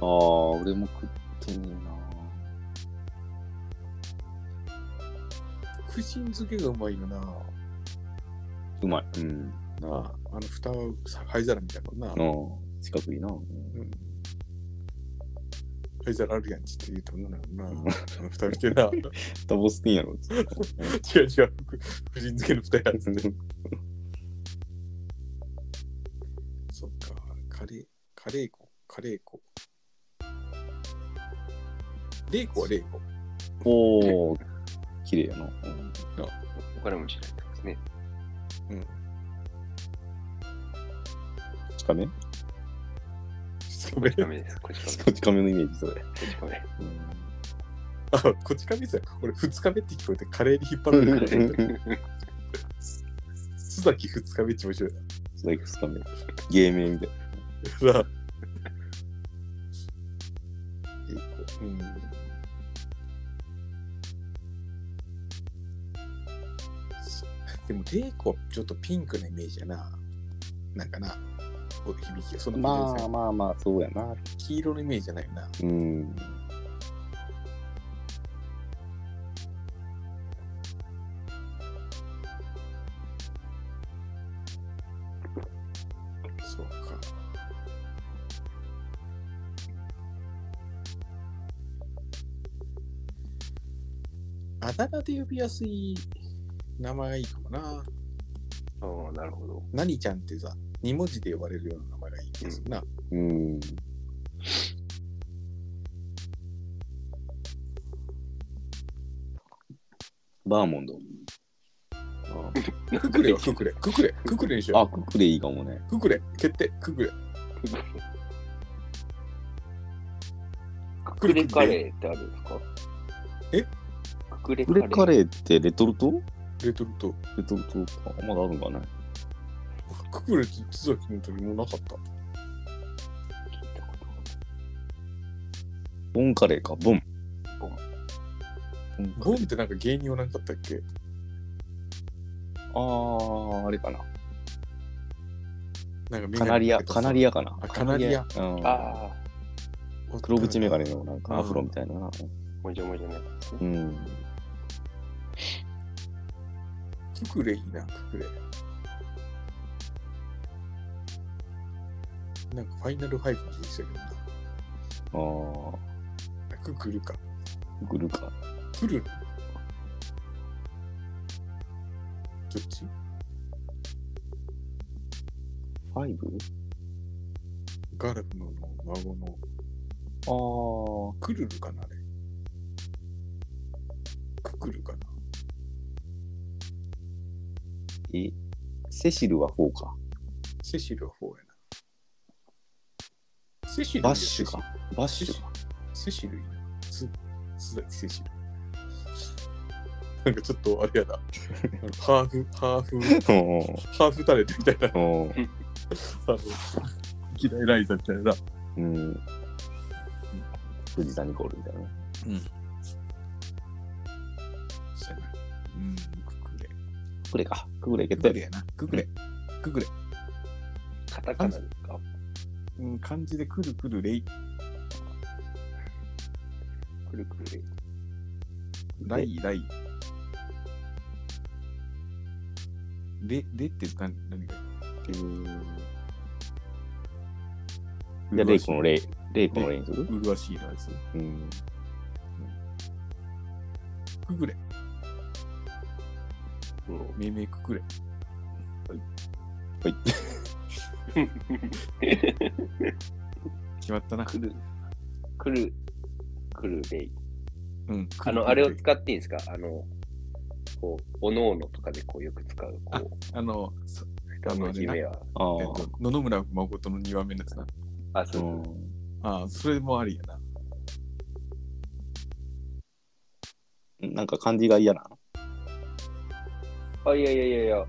Speaker 1: あ、俺も食ってね
Speaker 2: 福神漬けがうまいよ
Speaker 1: え
Speaker 2: な。
Speaker 1: なぁ。うまい。うん。
Speaker 2: なあ、あの蓋をさ灰皿みたいなのな。
Speaker 1: うん。近くいいなぁ。
Speaker 2: うん灰皿あるやんちって言うとなんだろうな。あの蓋見て な。違う
Speaker 1: ダボスティンやろ。
Speaker 2: 違う。福神漬けの蓋やつ。そっか、カレー、カレー粉、カレー粉。レーコはレーコ。
Speaker 1: おお、綺麗やな。うん
Speaker 4: お金持ちになってますね。
Speaker 1: 近め
Speaker 2: ごめん
Speaker 4: ダメです、こっち亀。
Speaker 1: 近めのイメージ、それ。
Speaker 4: こっち 亀。
Speaker 1: うん
Speaker 2: あ、こっちかみさ、俺二日目って聞こえてカレーに引っ張られてる。 須崎二日目って面白いな。
Speaker 1: それ近め。芸名みたいな。
Speaker 2: さあ。レーコ。うん。でもレーコはちょっとピンクなイメージやな。なんかな。お響きがそんな
Speaker 1: ま
Speaker 2: 感じ
Speaker 1: あ
Speaker 2: で
Speaker 1: まあまあ、そうやな。
Speaker 2: すね黄色のイメージじゃないよな。
Speaker 1: うん。
Speaker 2: そうか。あだ名で呼びやすい名前がいいかもな。
Speaker 4: おーなるほど。
Speaker 2: 何ちゃんってさ、2文字で呼ばれるような名前がいい気がするな。
Speaker 1: うん。バーモンド。
Speaker 2: ククレはククレ、ククレ、ククレにし
Speaker 1: あ、
Speaker 2: よ
Speaker 1: クックでいいかもね。
Speaker 2: う。ククレ、決定、ククレ。
Speaker 4: ククレカレーってあるんですか
Speaker 2: え
Speaker 4: ククレ
Speaker 1: クレカ
Speaker 4: カレ
Speaker 1: レ
Speaker 4: ー
Speaker 1: ーってレトルト
Speaker 2: レトルト。
Speaker 1: レトルトか。まだあるんかね。
Speaker 2: ククレって津崎の時もうなかった。
Speaker 4: 聞いたことない
Speaker 1: ボンカレーか。ボン。
Speaker 4: ボン
Speaker 2: ゴンってなんか芸人おらんかったっけ
Speaker 1: ああ、あれかな。
Speaker 2: なんかメ
Speaker 1: カナリア、カナリアかな。
Speaker 2: あカナリア。
Speaker 1: うん。
Speaker 4: ああ、
Speaker 1: 黒縁メガネ
Speaker 2: の。
Speaker 1: のなんかアフロみたいなな。
Speaker 4: もじゃもじゃね。
Speaker 1: うん。
Speaker 2: ククレいいな、ククレ。なんかファイナルファイブにしてるな。
Speaker 1: ああ、
Speaker 2: ククルか。
Speaker 1: グルか。
Speaker 2: クル。どっち
Speaker 1: 5?
Speaker 2: ガルフの孫の
Speaker 1: あー、
Speaker 2: クルルかなあれククルかな
Speaker 1: え、セシルは4か。
Speaker 2: セシルは4やなセシル
Speaker 1: バッシュか。バッシュか。
Speaker 2: セシルいいなつつだセシルなんかちょっとあれや なハーフハーフ
Speaker 1: うん
Speaker 2: ハーフタレントみたいな
Speaker 1: うん
Speaker 2: あの嫌いライザみたいな
Speaker 1: うん。藤田ニコールみたいなね。
Speaker 2: そうやなうんククレ
Speaker 1: クレか。クレ
Speaker 2: ク
Speaker 1: 決
Speaker 2: クレ
Speaker 1: 定。
Speaker 2: やなククレククレ
Speaker 4: カタカナですか
Speaker 2: うん漢字でくるくるレイ
Speaker 4: くるくるで。
Speaker 2: ライライ。で、でって何何が
Speaker 1: じゃあ、レイコのレイ、レイコのレイにする
Speaker 2: うるわしいのやつ。
Speaker 1: うん。
Speaker 2: くぐれ。
Speaker 4: うん。
Speaker 2: めいめいくぐれ。
Speaker 1: はい。
Speaker 2: 決まったな。
Speaker 4: くる、くる、くるで。
Speaker 2: うん。
Speaker 4: あの、あれを
Speaker 2: くるくる
Speaker 4: 使っていいんですかあの、こう、おのおのとかでこうよく使う、こう、
Speaker 2: あの、そあ
Speaker 4: あ
Speaker 2: の
Speaker 4: の
Speaker 2: あれな
Speaker 4: 夢は。
Speaker 1: あ
Speaker 2: えっ
Speaker 1: ー
Speaker 2: と、野々村誠の2話目のやつな。
Speaker 4: あ、そううそ
Speaker 1: ん
Speaker 4: う。
Speaker 2: ああ、それもありやな。
Speaker 1: なんか漢字が嫌な。
Speaker 4: あ、いやいやいやいや、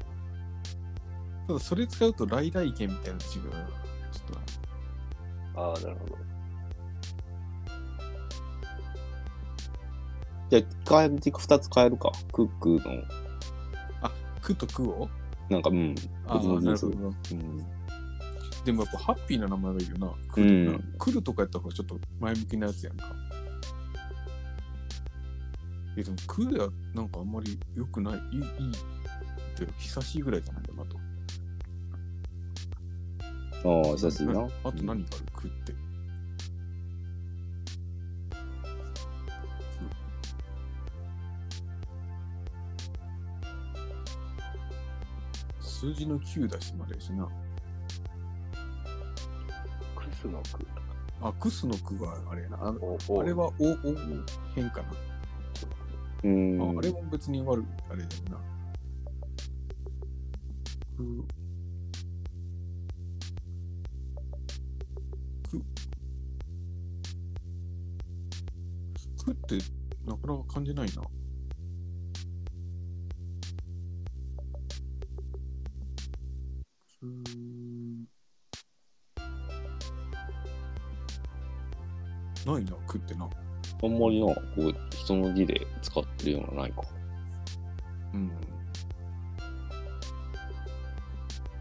Speaker 2: ただ、それ使うと、来来県みたいなの違うな。ちょっとな。
Speaker 4: ああ、なるほど。
Speaker 1: じゃあ、漢字2つ変えるか。クックの、
Speaker 2: くとくを
Speaker 1: なんか、うん。
Speaker 2: ああ、
Speaker 1: 別の
Speaker 2: な
Speaker 1: 人
Speaker 2: る
Speaker 1: 数
Speaker 2: ほど。
Speaker 1: うん。
Speaker 2: でもやっぱハッピーな名前がいいよな。
Speaker 1: う
Speaker 2: 来る,、
Speaker 1: ん。
Speaker 2: 来るとかやった方がちょっと前向きなやつやんか。え、でも来るやなんかあんまり良くない。いい、いい。って久しいぐらいじゃないかなと。
Speaker 1: ああ、久しいな。
Speaker 2: あと何がある来るって。数字の9だしまでやしな。
Speaker 4: クスのク。
Speaker 2: あ、クスの句があれやな。あの
Speaker 4: おお
Speaker 2: あれはお、お、変かな。
Speaker 1: うん。
Speaker 2: ああれも別に悪い、あれだよな。く、く、くってなかなか感じないな。く、ないな、くってな。
Speaker 1: あんまりな、こう、人の字で使ってるようなないか。
Speaker 2: うん。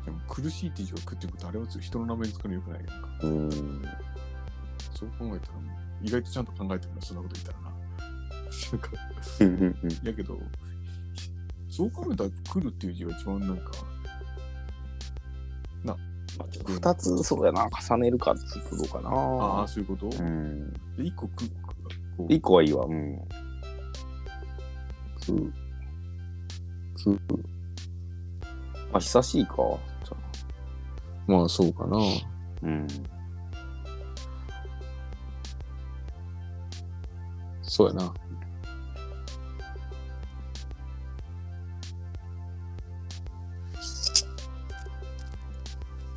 Speaker 2: でも苦しいって以上食ってことあれは人の名前に作るのよくないやんか。
Speaker 1: うん。
Speaker 2: そう考えたらもう意外とちゃんと考えてるな、そんなこと言ったらな。なんか、やけど、そう考えたら来るっていう字が一番なんか、
Speaker 1: まあちょっと2つ、そうやな。重ねるか、ちょっとどうかな。
Speaker 2: ああー、そういうこと、
Speaker 1: うん。
Speaker 2: で、一個く、こう
Speaker 1: 1個はいいわ。うん。つ、つ、まあ、久しいか。
Speaker 2: まあそうかな。
Speaker 1: うん。
Speaker 2: そうやな。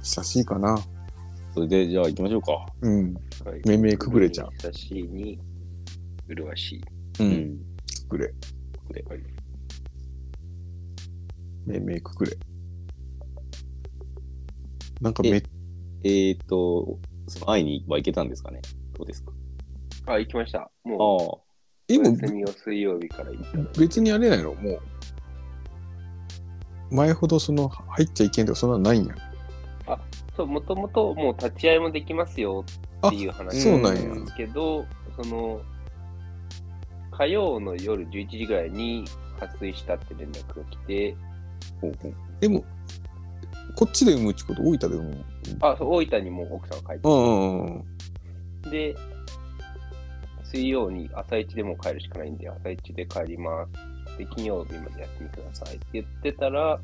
Speaker 2: 久しいかな。
Speaker 1: それで、じゃあ行きましょうか。
Speaker 2: うん。
Speaker 4: はい
Speaker 2: めめくぐれちゃう。
Speaker 4: 久しいに、うるわしい。
Speaker 2: う。
Speaker 1: うんん。
Speaker 2: くくれ。
Speaker 1: くれ
Speaker 4: はい
Speaker 2: めめくくれ。なんかめ
Speaker 1: ええっ、ー、と、その会いには行けたんですかねどうですか
Speaker 4: あ、行きました。
Speaker 1: あ
Speaker 4: もう、
Speaker 1: あ、
Speaker 2: え、
Speaker 4: お
Speaker 2: もう
Speaker 4: 休みを水曜日から行っただいて
Speaker 2: 別にあれないのもう、前ほどその入っちゃいけんとかそんなのないんや。
Speaker 4: そう、もともともう立ち会いもできますよっていう
Speaker 2: あ
Speaker 4: 話
Speaker 2: そうなん
Speaker 4: な
Speaker 2: や
Speaker 4: んで。すけど、その、火曜の夜11時ぐらいに発水したって連絡が来て、
Speaker 1: ほうほう。
Speaker 2: でも、こっちで産むってこと大分で産む
Speaker 4: あ、そう、大分にも奥さんが帰っ
Speaker 2: うんうんうん。
Speaker 4: て、で、水曜に朝一でもう帰るしかないんで、朝一で帰ります。で、金曜日まで休みくださいって言ってたら、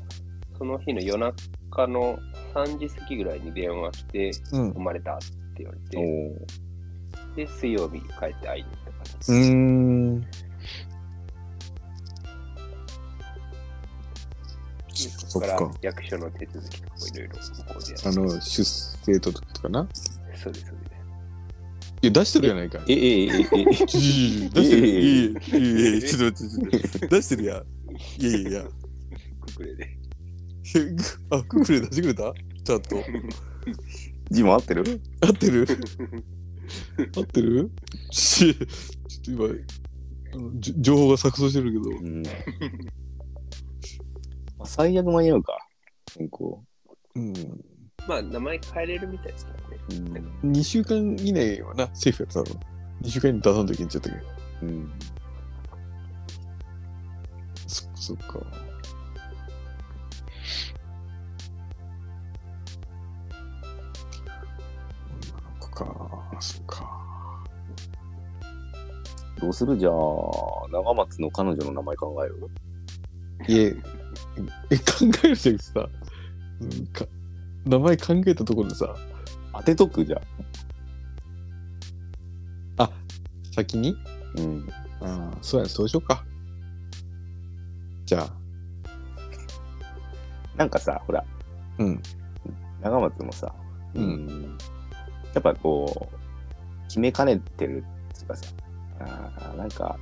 Speaker 4: その日の夜中の3時過ぎぐらいに電話して、
Speaker 2: うん
Speaker 4: 生。まれたって言われ
Speaker 1: お
Speaker 4: て、
Speaker 1: ー
Speaker 4: で、水曜日帰って会いに行った感じ。
Speaker 2: うーん。
Speaker 4: そ
Speaker 2: そ
Speaker 4: こ
Speaker 2: っ
Speaker 4: から
Speaker 2: か。
Speaker 4: 役所の手続きとかいろいろ向こうでやる。
Speaker 2: あの、出生届とかな。
Speaker 4: そうです、そうで
Speaker 2: いや、出してるやないかい。
Speaker 1: え、え、え、 え、
Speaker 2: 出してる。いやいやいやちょっと待って、ちょっと待って。出してるやん。いやいやいや。
Speaker 4: す。くれで。
Speaker 2: あ、クックレ出してくれたちゃんと。
Speaker 1: 字も合ってる
Speaker 2: 合ってる合ってるしちょっと今あのじ情報が錯綜してるけど
Speaker 1: うん。まあ最悪間に合うか。変更。
Speaker 2: うん
Speaker 4: まあ、名前変えれるみたいですからね。
Speaker 1: うん。
Speaker 2: 2週間以内はなセーフやったの2週間に出さんときに言っちゃったけど
Speaker 1: うん。
Speaker 2: そっかそっか女の子かそっか
Speaker 1: どうするじゃあ、長松の彼女の名前考える
Speaker 2: いええ考えるじゃなくてさうんか名前考えたところでさ
Speaker 1: 当てとくじゃ
Speaker 2: 先に
Speaker 1: ん。うん。
Speaker 2: ああ、そうや、そうしようか。じゃあ、
Speaker 1: なんかさ、ほら、
Speaker 2: うん。
Speaker 1: 長松もさ、
Speaker 2: うん
Speaker 1: やっぱこう、決めかねてるっていうかさ、あーなんか、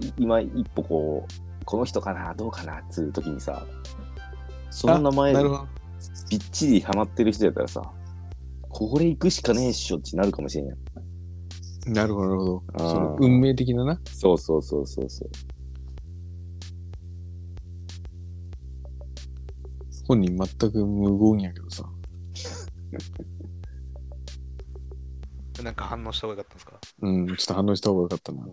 Speaker 1: い今一歩こう、この人かな、どうかなっていう時にさ、その名前
Speaker 2: なるほど。
Speaker 1: びっちりハマってる人やったらさ、これ行くしかねえっしょってなるかもしれんやん。
Speaker 2: なるほど、なるほど。
Speaker 1: あー
Speaker 2: その運命的なな。
Speaker 1: そうそうそうそうそう。
Speaker 2: 本人全く無言やけどさ。
Speaker 5: なんか反応した方が良かったんですか
Speaker 2: うん、ちょっと反応した方がよかったな。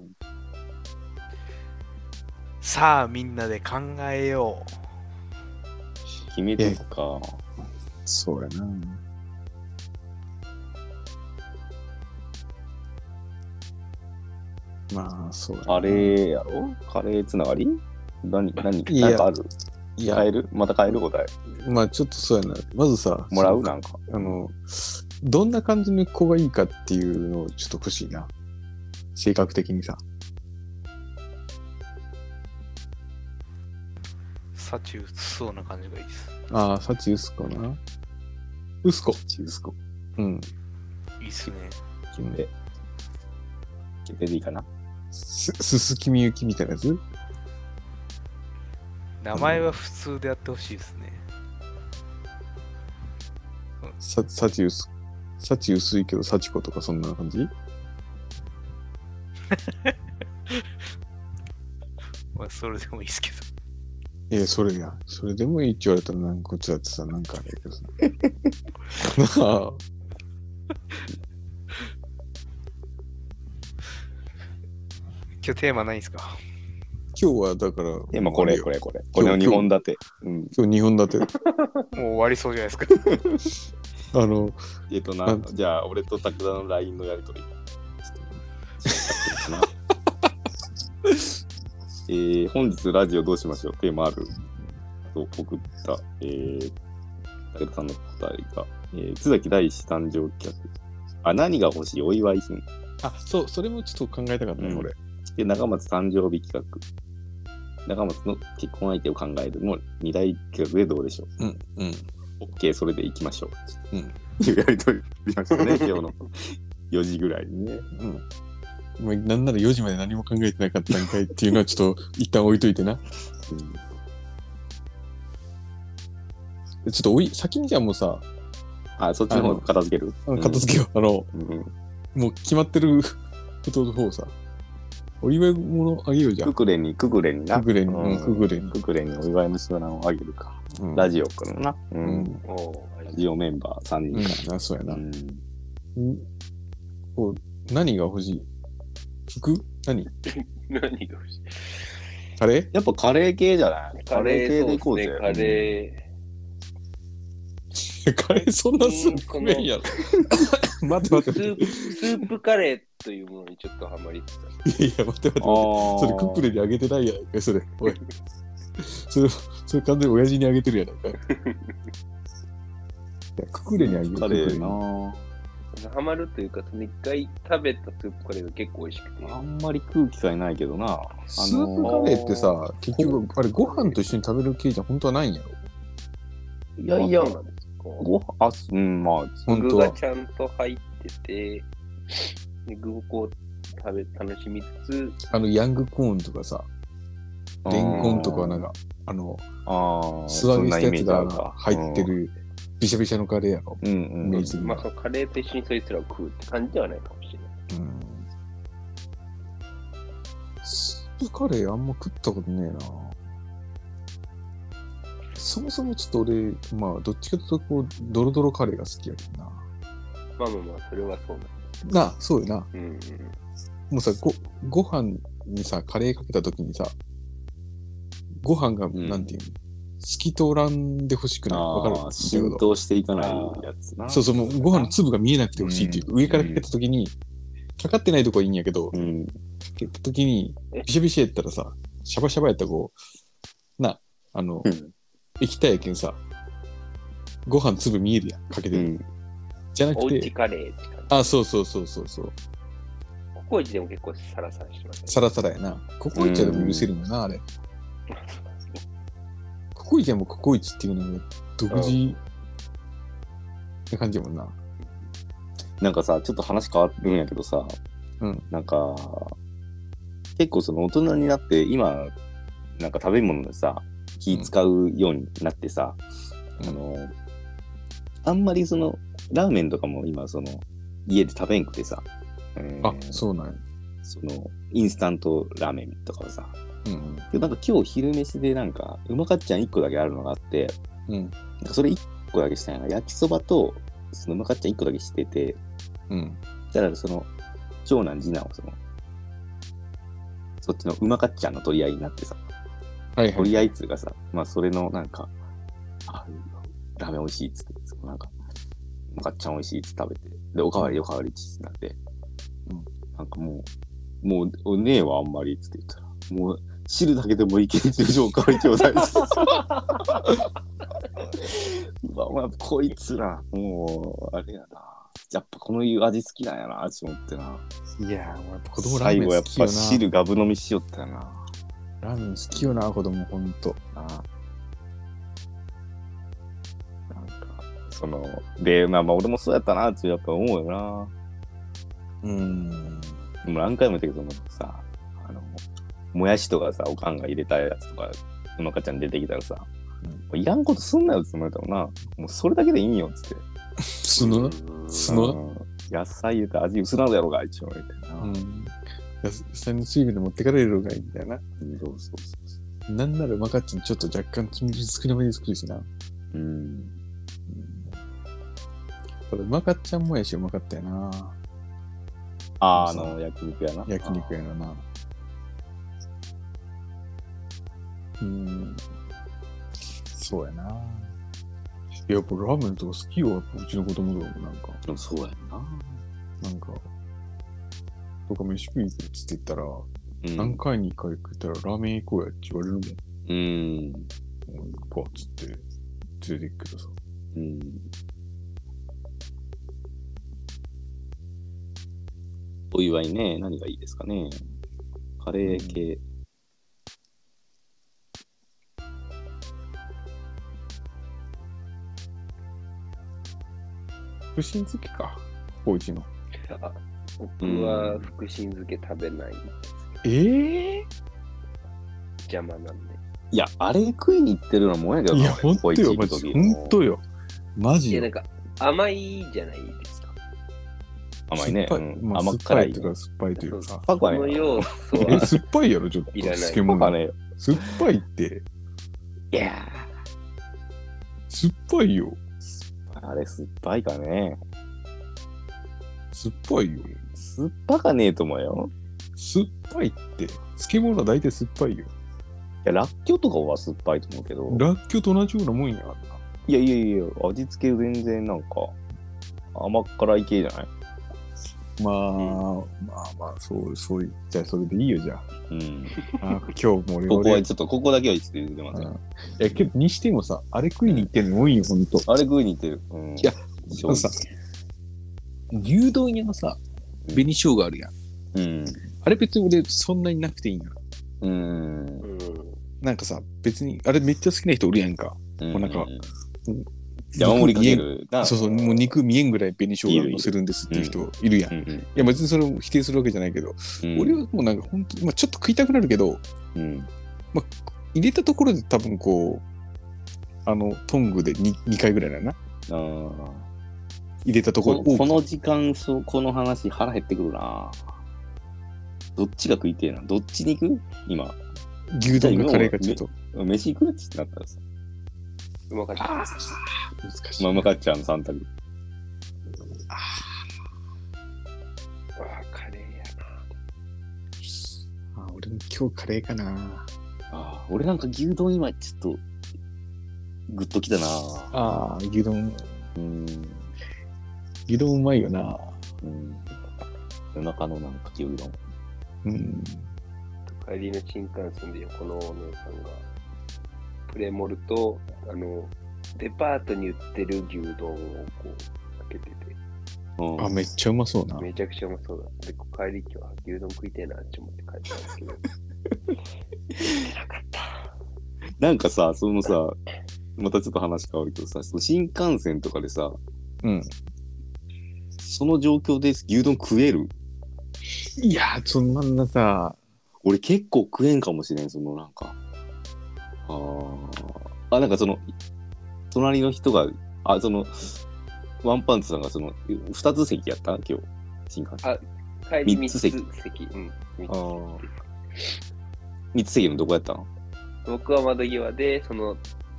Speaker 5: さあみんなで考えよ
Speaker 1: 決めとくか。
Speaker 2: そうやな。まあ、そうやな
Speaker 1: あれやろカレーつながり何、何、
Speaker 2: いや
Speaker 1: なんかある
Speaker 2: い
Speaker 1: 変
Speaker 2: や
Speaker 1: え、るまた変える答え。
Speaker 2: まあちょっとそうやな。まずさ、
Speaker 1: もらう
Speaker 2: その
Speaker 1: なんか。
Speaker 2: あの、どんな感じの子がいいかっていうのをちょっと欲しいな。性格的にさ。
Speaker 5: う幸薄そうな感じがいいです
Speaker 2: ああ、幸薄子な。薄子。
Speaker 1: チーズコ。
Speaker 2: うん。
Speaker 5: いいっすね
Speaker 1: 決定。決定でいいかな
Speaker 2: す、すすきみゆきみたいなやつ
Speaker 5: 名前は普通でやってほしいですね
Speaker 2: さ、幸薄、幸薄いけど幸子とかそんな感じ
Speaker 5: まあそれでもいいですけど
Speaker 2: えそれや。それでもいいって言われたら、なんかこっちだってさ、なんかあれやけどさ。 なあ。
Speaker 5: 今日テーマないんす か
Speaker 2: 今日はだから、
Speaker 1: え、まあ、これ、これ、これ。これの2本立て。うん。
Speaker 2: 今日2本立 て。
Speaker 5: もう終わりそうじゃないですか
Speaker 2: あの、
Speaker 1: えっと
Speaker 2: な
Speaker 1: な、じゃあ、俺と武田の LINE のやりとり。 えー、本日ラジオどうしましょうテーマあると送った、えー、武田さんの答えが、えー、津崎大志誕生企画。あ、何が欲しいお祝い品。
Speaker 2: あ、そう、それもちょっと考えたかったね、
Speaker 1: うん
Speaker 2: 俺。
Speaker 1: で、長松誕生日企画。長松の結婚相手を考えるの2大企画でどうでしょう
Speaker 2: うん、うん。
Speaker 1: OK、それで行きましょう。
Speaker 2: うん。
Speaker 1: いうやりとりしま したね、今日の4時ぐらいにね。
Speaker 2: まあ、なんなら4時まで何も考えてなかったんかいっていうのはちょっと一旦置いといてな。ちょっとおい先にじゃあもうさ、
Speaker 1: あ、そっちの方片付ける
Speaker 2: あの片付けよう。あの、
Speaker 1: け、うんうん
Speaker 2: もう決まってる ことの方をさ、お祝い物あげようじゃ
Speaker 1: ク
Speaker 2: ん。
Speaker 1: クレに、ククレにな。
Speaker 2: クグレに、
Speaker 1: う
Speaker 2: うんん、クグレに。
Speaker 1: ククレにお祝いの品をあげるか。
Speaker 2: うん
Speaker 1: ラジオからな。う
Speaker 2: うんん。
Speaker 4: おお
Speaker 1: ラジオメンバー3
Speaker 2: う
Speaker 1: 人か
Speaker 2: ん、あ、そうや
Speaker 1: ら。
Speaker 2: な。
Speaker 1: うん
Speaker 2: んこう、何が欲しい服何
Speaker 4: 何が欲しい
Speaker 2: カレー
Speaker 1: やっぱカレー系じゃないカレー系で行こうぜ。
Speaker 4: カレ
Speaker 2: いやカレーそんなすぐ食えんやろ。 待って待
Speaker 4: ーそう
Speaker 2: っ
Speaker 4: で
Speaker 2: て
Speaker 4: すね、カレー。
Speaker 2: 待
Speaker 4: スープスープカレーというものにちょっとハマりつつある。
Speaker 2: って。いや、待って待って待って。
Speaker 1: ああ。
Speaker 2: それクックレにあげてないやないかいそれ。おい。それ、それ完全に親父にあげてるやないか。くくれにあげてる。
Speaker 1: カレーな
Speaker 4: ハマるというか、その一回食べたスープカレーが結構美味しくて。
Speaker 1: あんまり食う機会ないけどな。
Speaker 2: スープカレーってさ、結局、あれ、ご飯と一緒に食べる系じゃ本当はないんやろ
Speaker 1: いやいや
Speaker 4: あ、そうなんですか
Speaker 1: ご飯、あ、すうん、まあ、
Speaker 2: 本
Speaker 4: 具
Speaker 2: 当
Speaker 4: が
Speaker 2: は。
Speaker 4: ちゃんと入ってて、で具をこう食べ、楽しみつつ、
Speaker 2: あの、ヤングコーンとかさ、レンコンとかなんか、あの、
Speaker 1: ああ、
Speaker 2: 素揚げし
Speaker 1: そんな
Speaker 2: たやつ
Speaker 1: イメージある
Speaker 2: が
Speaker 1: か
Speaker 2: 入って。る、びしゃびしゃのカレーやろ。
Speaker 1: うん、うん、
Speaker 2: イメ
Speaker 1: う
Speaker 2: ー
Speaker 1: ん
Speaker 2: ジ的に
Speaker 4: まあ
Speaker 2: は
Speaker 4: そのカレーと一緒にそいつらを食うって感じではないかもしれない。
Speaker 2: うんスープカレーあんま食ったことねえなそもそもちょっと俺まあどっちかというとこうドロドロカレーが好きやけどな
Speaker 4: まあまあまあ、それはそうなん
Speaker 2: なあそうよな
Speaker 4: うんうん。
Speaker 2: もうさごご飯にさカレーかけた時にさご飯が、
Speaker 1: ん
Speaker 2: なんていうの透き通らんでほしくないわかる
Speaker 1: ああ、
Speaker 2: そういう
Speaker 1: 浸
Speaker 2: こと
Speaker 1: 透していかないやつな。
Speaker 2: そうそうもうご飯の粒が見えなくてほしいってい
Speaker 1: う
Speaker 2: う、
Speaker 1: ん
Speaker 2: 上からかけた時にかかってないとこはいいんやけど、
Speaker 1: うん。
Speaker 2: 蹴った時にビシャビシャやったらさシャバシャバやったらこうなあの、
Speaker 1: うん
Speaker 2: 液体やけんさご飯粒見えるやんかけて
Speaker 1: う
Speaker 2: る、
Speaker 1: ん。
Speaker 2: じゃな
Speaker 4: お
Speaker 2: く
Speaker 4: うち
Speaker 2: て
Speaker 4: カレーって感じ。
Speaker 2: あそうそうそうそうそう
Speaker 4: ココイチでも結構サラサラしてます、ね。
Speaker 2: サラサラやなココイチはでも許せるもんな、あれココイチはもうココイチっていうのが独自な感じやもんな
Speaker 1: なんかさ、ちょっと話変わるんやけどさ、
Speaker 2: うん
Speaker 1: なんか、結構その大人になって、今、なんか食べ物でさ、気使うようになってさ、
Speaker 2: うん
Speaker 1: あの、あんまりその、ラーメンとかも今、その、家で食べんくてさ、えー
Speaker 2: あそうなんや
Speaker 1: その、インスタントラーメンとかをさ、
Speaker 2: うん
Speaker 1: でなんか今日昼飯でなんか、うまかっちゃん1個だけあるのがあって、
Speaker 2: うんうん
Speaker 1: なんかそれ1個だけしたんやな。焼きそばと、そのうまかっちゃん1個だけしてて、
Speaker 2: うん
Speaker 1: だからその、長男、次男をその、そっちのうまかっちゃんの取り合いになってさ、
Speaker 2: はいは
Speaker 1: 取
Speaker 2: い
Speaker 1: り合いっつうかさ、まあそれのなんか、あ、ラーメン美味しいっつって、そのなんか、うまかっちゃん美味しいっつって食べて、で、おかわりおかわりっつってなって、なんかもう、もう、おねえはあんまりっつって言ったら、もう、汁だけでもいける以上おかわりちょうだいっつ ってうわ、お前、こいつら、もう、あれやな。やっぱこの味好きなんやな、って思ってな。
Speaker 2: いやーもうやっぱ子供ラー
Speaker 1: 最後
Speaker 2: メン好きよ
Speaker 1: や
Speaker 2: な
Speaker 1: っぱ汁ガブ飲みしよったよな。
Speaker 2: ラーメン好きよな子供ほんと
Speaker 1: あなんか、その、で、まあまあ俺もそうやったなってやっぱ思うよな。
Speaker 2: うん
Speaker 1: でも何回も言ったけど、そのさ、あの、もやしとかさ、おかんが入れたやつとか、うまかちゃん出てきたらさ、
Speaker 2: うん
Speaker 1: もういらんことすんなよって思えたもんな。もうそれだけでいいんよっつって。
Speaker 2: そのその
Speaker 1: うん野菜入れて味薄なるやろが、一応言ってな。
Speaker 2: う。
Speaker 1: うん
Speaker 2: 下の水分で持ってかれるのがいいんだよな。
Speaker 1: んそうそうそ
Speaker 2: なんならうまかっちゃんちょっと若干つみ少なめに作るしな。
Speaker 1: う。うん。
Speaker 2: ただうまかっちゃんもやしうまかったよな。
Speaker 1: あー、あ
Speaker 2: そう
Speaker 1: の、焼肉やな。
Speaker 2: 焼肉やのな。うん。そうやな。いややっぱラーメンとか好きよ。やっぱうちの子供とかもなんか、
Speaker 1: でもそうやんな。
Speaker 2: なんか、とか飯食いに行くっつって言ったら、
Speaker 1: うん
Speaker 2: 何回に1回食ったらラーメン行こうやって言われるもん。
Speaker 1: うん。
Speaker 2: もう行くわっつって連れて行くけどさ。
Speaker 1: うん。お祝いね、何がいいですかね。カレー系。
Speaker 2: 不審好きか、こういちの。
Speaker 4: あ僕は福神漬け食べない
Speaker 2: ええ
Speaker 4: 邪魔なんで。
Speaker 1: いや、あれ食いに行ってるのもんやけど
Speaker 2: いや、
Speaker 1: な、
Speaker 2: ほんとよ、マ
Speaker 1: マ
Speaker 2: ジ。
Speaker 1: ジ。
Speaker 2: ほんとよ。マ
Speaker 4: い
Speaker 2: ジ
Speaker 4: やなん
Speaker 2: よ。
Speaker 4: か甘いじゃないですか。
Speaker 1: 甘いね。
Speaker 2: 酸っぱ
Speaker 1: うん
Speaker 2: まあ、
Speaker 1: 甘
Speaker 2: 酸っ
Speaker 1: 辛
Speaker 2: ぱ
Speaker 1: い
Speaker 2: いと。か酸っぱいという
Speaker 4: そう
Speaker 2: か。
Speaker 1: パ
Speaker 4: こ
Speaker 1: クは
Speaker 4: の
Speaker 1: ね。
Speaker 4: 要素
Speaker 2: え、
Speaker 4: は
Speaker 2: 酸っぱいやろ、ちょっと。
Speaker 4: いらない
Speaker 2: 漬
Speaker 1: パクは
Speaker 2: 物。
Speaker 1: ね。
Speaker 2: 酸っぱいって、
Speaker 1: いや
Speaker 2: 酸っぱいよ。
Speaker 1: ーあれ酸っぱいかね。
Speaker 2: 酸っぱいよ。
Speaker 1: 酸っぱかねえと思うよ。
Speaker 2: 酸っぱいって、漬物は大体酸っぱいよ。
Speaker 1: いや、らっきょうとかは酸っぱいと思うけど。
Speaker 2: らっきょうと同じようなもんやからな。
Speaker 1: いやいやいや、味付け全然なんか甘辛い系じゃない
Speaker 2: まあ、まあまあ、そう、そういじゃあそれでいいよ、じゃ
Speaker 1: うん、
Speaker 2: あ。あー今日も俺
Speaker 1: ここは
Speaker 2: 俺
Speaker 1: ちょっと、ここだけはちょっと譲れま
Speaker 2: う
Speaker 1: せん。
Speaker 2: んいや、けど、にしてもさ、あれ食いに行ってんの多いよ、ほんと。
Speaker 1: あれ食いに行ってる。うん、
Speaker 2: いや、
Speaker 1: 正
Speaker 2: あ
Speaker 1: 直
Speaker 2: のさ、牛丼屋のさ、紅生姜あるやん。
Speaker 1: うん。
Speaker 2: あれ別に俺、そんなになくていいんや。
Speaker 1: うん。
Speaker 2: なんかさ、別に、あれめっちゃ好きな人おるやんか。
Speaker 1: も
Speaker 2: うなんか
Speaker 1: 山盛りかけるな。
Speaker 2: そうそう、もう肉見えんぐらい紅生姜乗せるんですっていう人いるやん。
Speaker 1: う
Speaker 2: い
Speaker 1: んうん
Speaker 2: や、別にそれを否定するわけじゃないけど、
Speaker 1: うん。
Speaker 2: 俺はもうなんか本当に、まあ、ちょっと食いたくなるけど、
Speaker 1: うん。
Speaker 2: 入れたところで多分こう、あの、トングで 2, 2回ぐらいだな。
Speaker 1: あー
Speaker 2: 入れたところ
Speaker 1: ここ
Speaker 2: 多く
Speaker 1: の時間そう、この話、腹減ってくるな。どっちが食いてえな。どっちに行く今。
Speaker 2: 牛丼かカレーかちょっと
Speaker 1: 飯行くってなったらさ。
Speaker 4: うまかった。
Speaker 2: 難しい。
Speaker 1: まあ、まかっちゃんの3択。
Speaker 4: あーカレーや
Speaker 2: あ俺も今日カレーかな。
Speaker 1: ああ、俺なんか牛丼今、ちょっと、グッときたな。
Speaker 2: ああ、牛丼、
Speaker 1: うん。
Speaker 2: 牛丼うまいよな。
Speaker 1: うん。夜中のなんか牛丼。
Speaker 2: うん。
Speaker 4: な。帰りの新幹線で横のお姉さんが、プレモルと、あの、デパートに売ってる牛丼をこう、かけてて、
Speaker 1: うん
Speaker 2: あ、めっちゃうまそうな。
Speaker 4: めちゃくちゃうまそうだった。で、こう帰り今日は牛丼食いてえなって思って帰ったんですけど、
Speaker 1: なんかさ、そのさ、またちょっと話変わるけどさ、その新幹線とかでさ、
Speaker 2: うん。
Speaker 1: その状況で牛丼食える
Speaker 2: いやー、そんなんなさ、
Speaker 1: 俺結構食えんかもしれん、そのなんか。あーあ、なんかその、隣の人が、あ、その、ワンパンツさんがその、二つ席やった今日、新幹線。
Speaker 4: あ帰り
Speaker 1: 三
Speaker 4: 三
Speaker 1: つ
Speaker 4: つ
Speaker 1: 席
Speaker 4: 席。うん、三つ
Speaker 1: あー三つ席のどこやったん
Speaker 4: 僕は窓際で、その、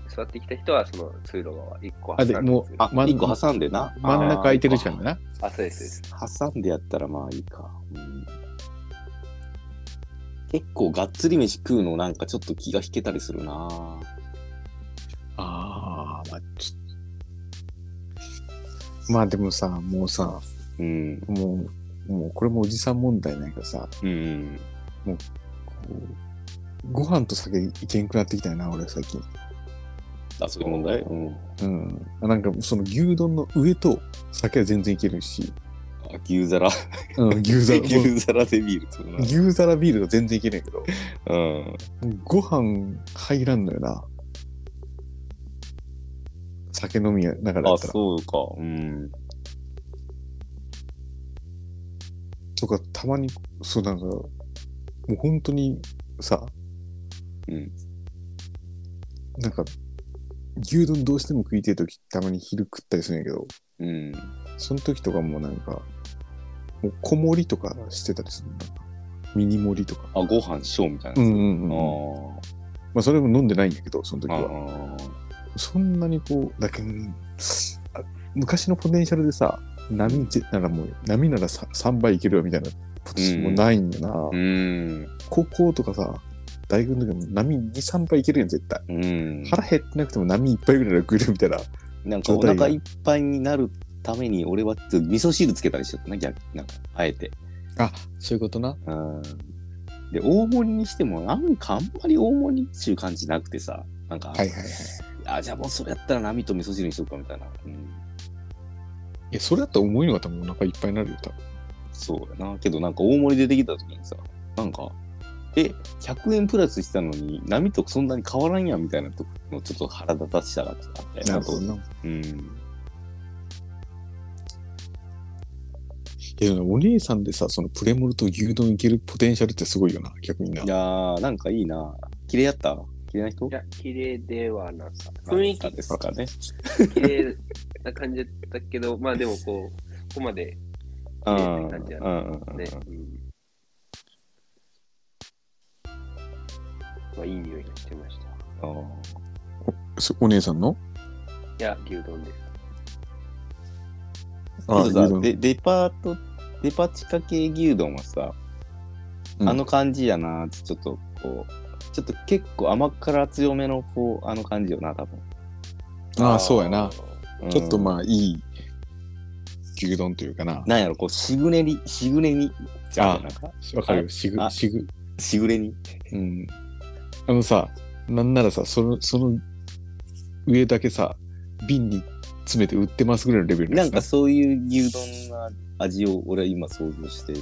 Speaker 4: 座ってきた人は、その通路側、一個
Speaker 2: あでもう
Speaker 4: ですよ
Speaker 1: あ、
Speaker 2: 真ん
Speaker 1: 一個挟んでな。
Speaker 2: 真ん中空いてるじゃんな。
Speaker 4: あ、そうです、そうです。
Speaker 1: 挟んでやったらまあいいか、うん結構がっつり飯食うのなんかちょっと気が引けたりするな
Speaker 2: ああ、まあ、ちょっとまあでもさ、もうさ、
Speaker 1: うん
Speaker 2: もう、もうこれもおじさん問題ないけどさ、
Speaker 1: うん
Speaker 2: こうご飯と酒いけんくなってきたよな、俺最近。
Speaker 1: あそういう問題うん
Speaker 2: うん。なんかその牛丼の上と酒は全然いけるし、
Speaker 1: あ牛皿
Speaker 2: うん、牛皿、も
Speaker 1: 牛皿でビールって
Speaker 2: う牛皿ビールと全然いけるんやけど、
Speaker 1: うん
Speaker 2: ご飯入らんのよな。酒飲みやながらや
Speaker 1: あ
Speaker 2: ったら。
Speaker 1: そうかうん
Speaker 2: とか、たまに、そうなんか、もう本当にさ、
Speaker 1: うん
Speaker 2: なんか、牛丼どうしても食いてえとき、たまに昼食ったりするんやけど、
Speaker 1: うん
Speaker 2: その時とかもなんか、もう小盛りとかしてたりするんだ。ミニ盛りとか。
Speaker 1: あご飯しようみたいな
Speaker 2: う
Speaker 1: や
Speaker 2: ん
Speaker 1: つ
Speaker 2: うんうん。まあ、それも飲んでないんやけど、その時
Speaker 1: あ
Speaker 2: は。
Speaker 1: ー
Speaker 2: そんなにこう、だけど、あ昔のポテンシャルでさ、波ぜならもう、波ならさ3倍いけるわみたいなポテンシャルもないんよな。
Speaker 1: うん
Speaker 2: 高校とかさ、大学の時も波2、3杯いけるやん、絶対。
Speaker 1: うん
Speaker 2: 腹減ってなくても波1杯ぐらいは食えるみたいな。
Speaker 1: なんかお腹いっぱいになるために俺はちょっと味噌汁つけたりしちゃったな逆になんかあえて
Speaker 2: あ、そういうことな。
Speaker 1: うんで大盛りにしてもなんかあんまり大盛りっていう感じなくてさなんか、
Speaker 2: はいはいはい。
Speaker 1: あじゃあもうそれやったら波と味噌汁にしとくかみたいな、うん、
Speaker 2: いや、それだったら重いのが多分お腹いっぱいになるよ、多分。
Speaker 1: そうやなけどなんか大盛り出てきた時にさなんかえ100円プラスしたのに波とそんなに変わらんやんみたいなとこのちょっと腹立たしさがあったよ
Speaker 2: な。
Speaker 1: う
Speaker 2: い
Speaker 1: ん
Speaker 2: や、でもお姉さんでさ、そのプレモルと牛丼いけるポテンシャルってすごいよな、逆にな。
Speaker 1: いやーなんかいいな綺麗やった綺麗な人
Speaker 4: いや、綺麗ではなかった。雰囲
Speaker 1: なん
Speaker 4: 気
Speaker 1: ですかね
Speaker 4: 綺麗な感じだったけど、 まあでもこう、ここまで
Speaker 1: う
Speaker 4: 綺
Speaker 1: ん
Speaker 4: 麗っ
Speaker 1: う
Speaker 4: て
Speaker 1: ん
Speaker 4: 感じや
Speaker 1: う
Speaker 4: なん
Speaker 1: うん
Speaker 4: ね。うんまあいい匂いがしてました。い
Speaker 1: あ
Speaker 2: そお姉さんの
Speaker 4: や、牛丼です。
Speaker 1: ーけどさ
Speaker 2: で
Speaker 1: デデパートデパ地下系牛丼はさ、
Speaker 2: うん
Speaker 1: あの感じやなーってちょっとこうちょっと結構甘辛強めのこうあの感じよな多分
Speaker 2: ああ、そうやな。
Speaker 1: うん
Speaker 2: ちょっとまあ、いい、牛丼というかな。
Speaker 1: なんやろ、こう、しぐねり、しぐねに。
Speaker 2: あ
Speaker 1: なんか
Speaker 2: わかるよ、し
Speaker 1: あ
Speaker 2: ぐ、しぐ。
Speaker 1: しぐれに。
Speaker 2: うん。あのさ、なんならさ、その、その、上だけさ、瓶に詰めて売ってますぐらいのレベルの
Speaker 1: な
Speaker 2: や
Speaker 1: ん
Speaker 2: つ
Speaker 1: かそういう牛丼な味を俺は今想像して、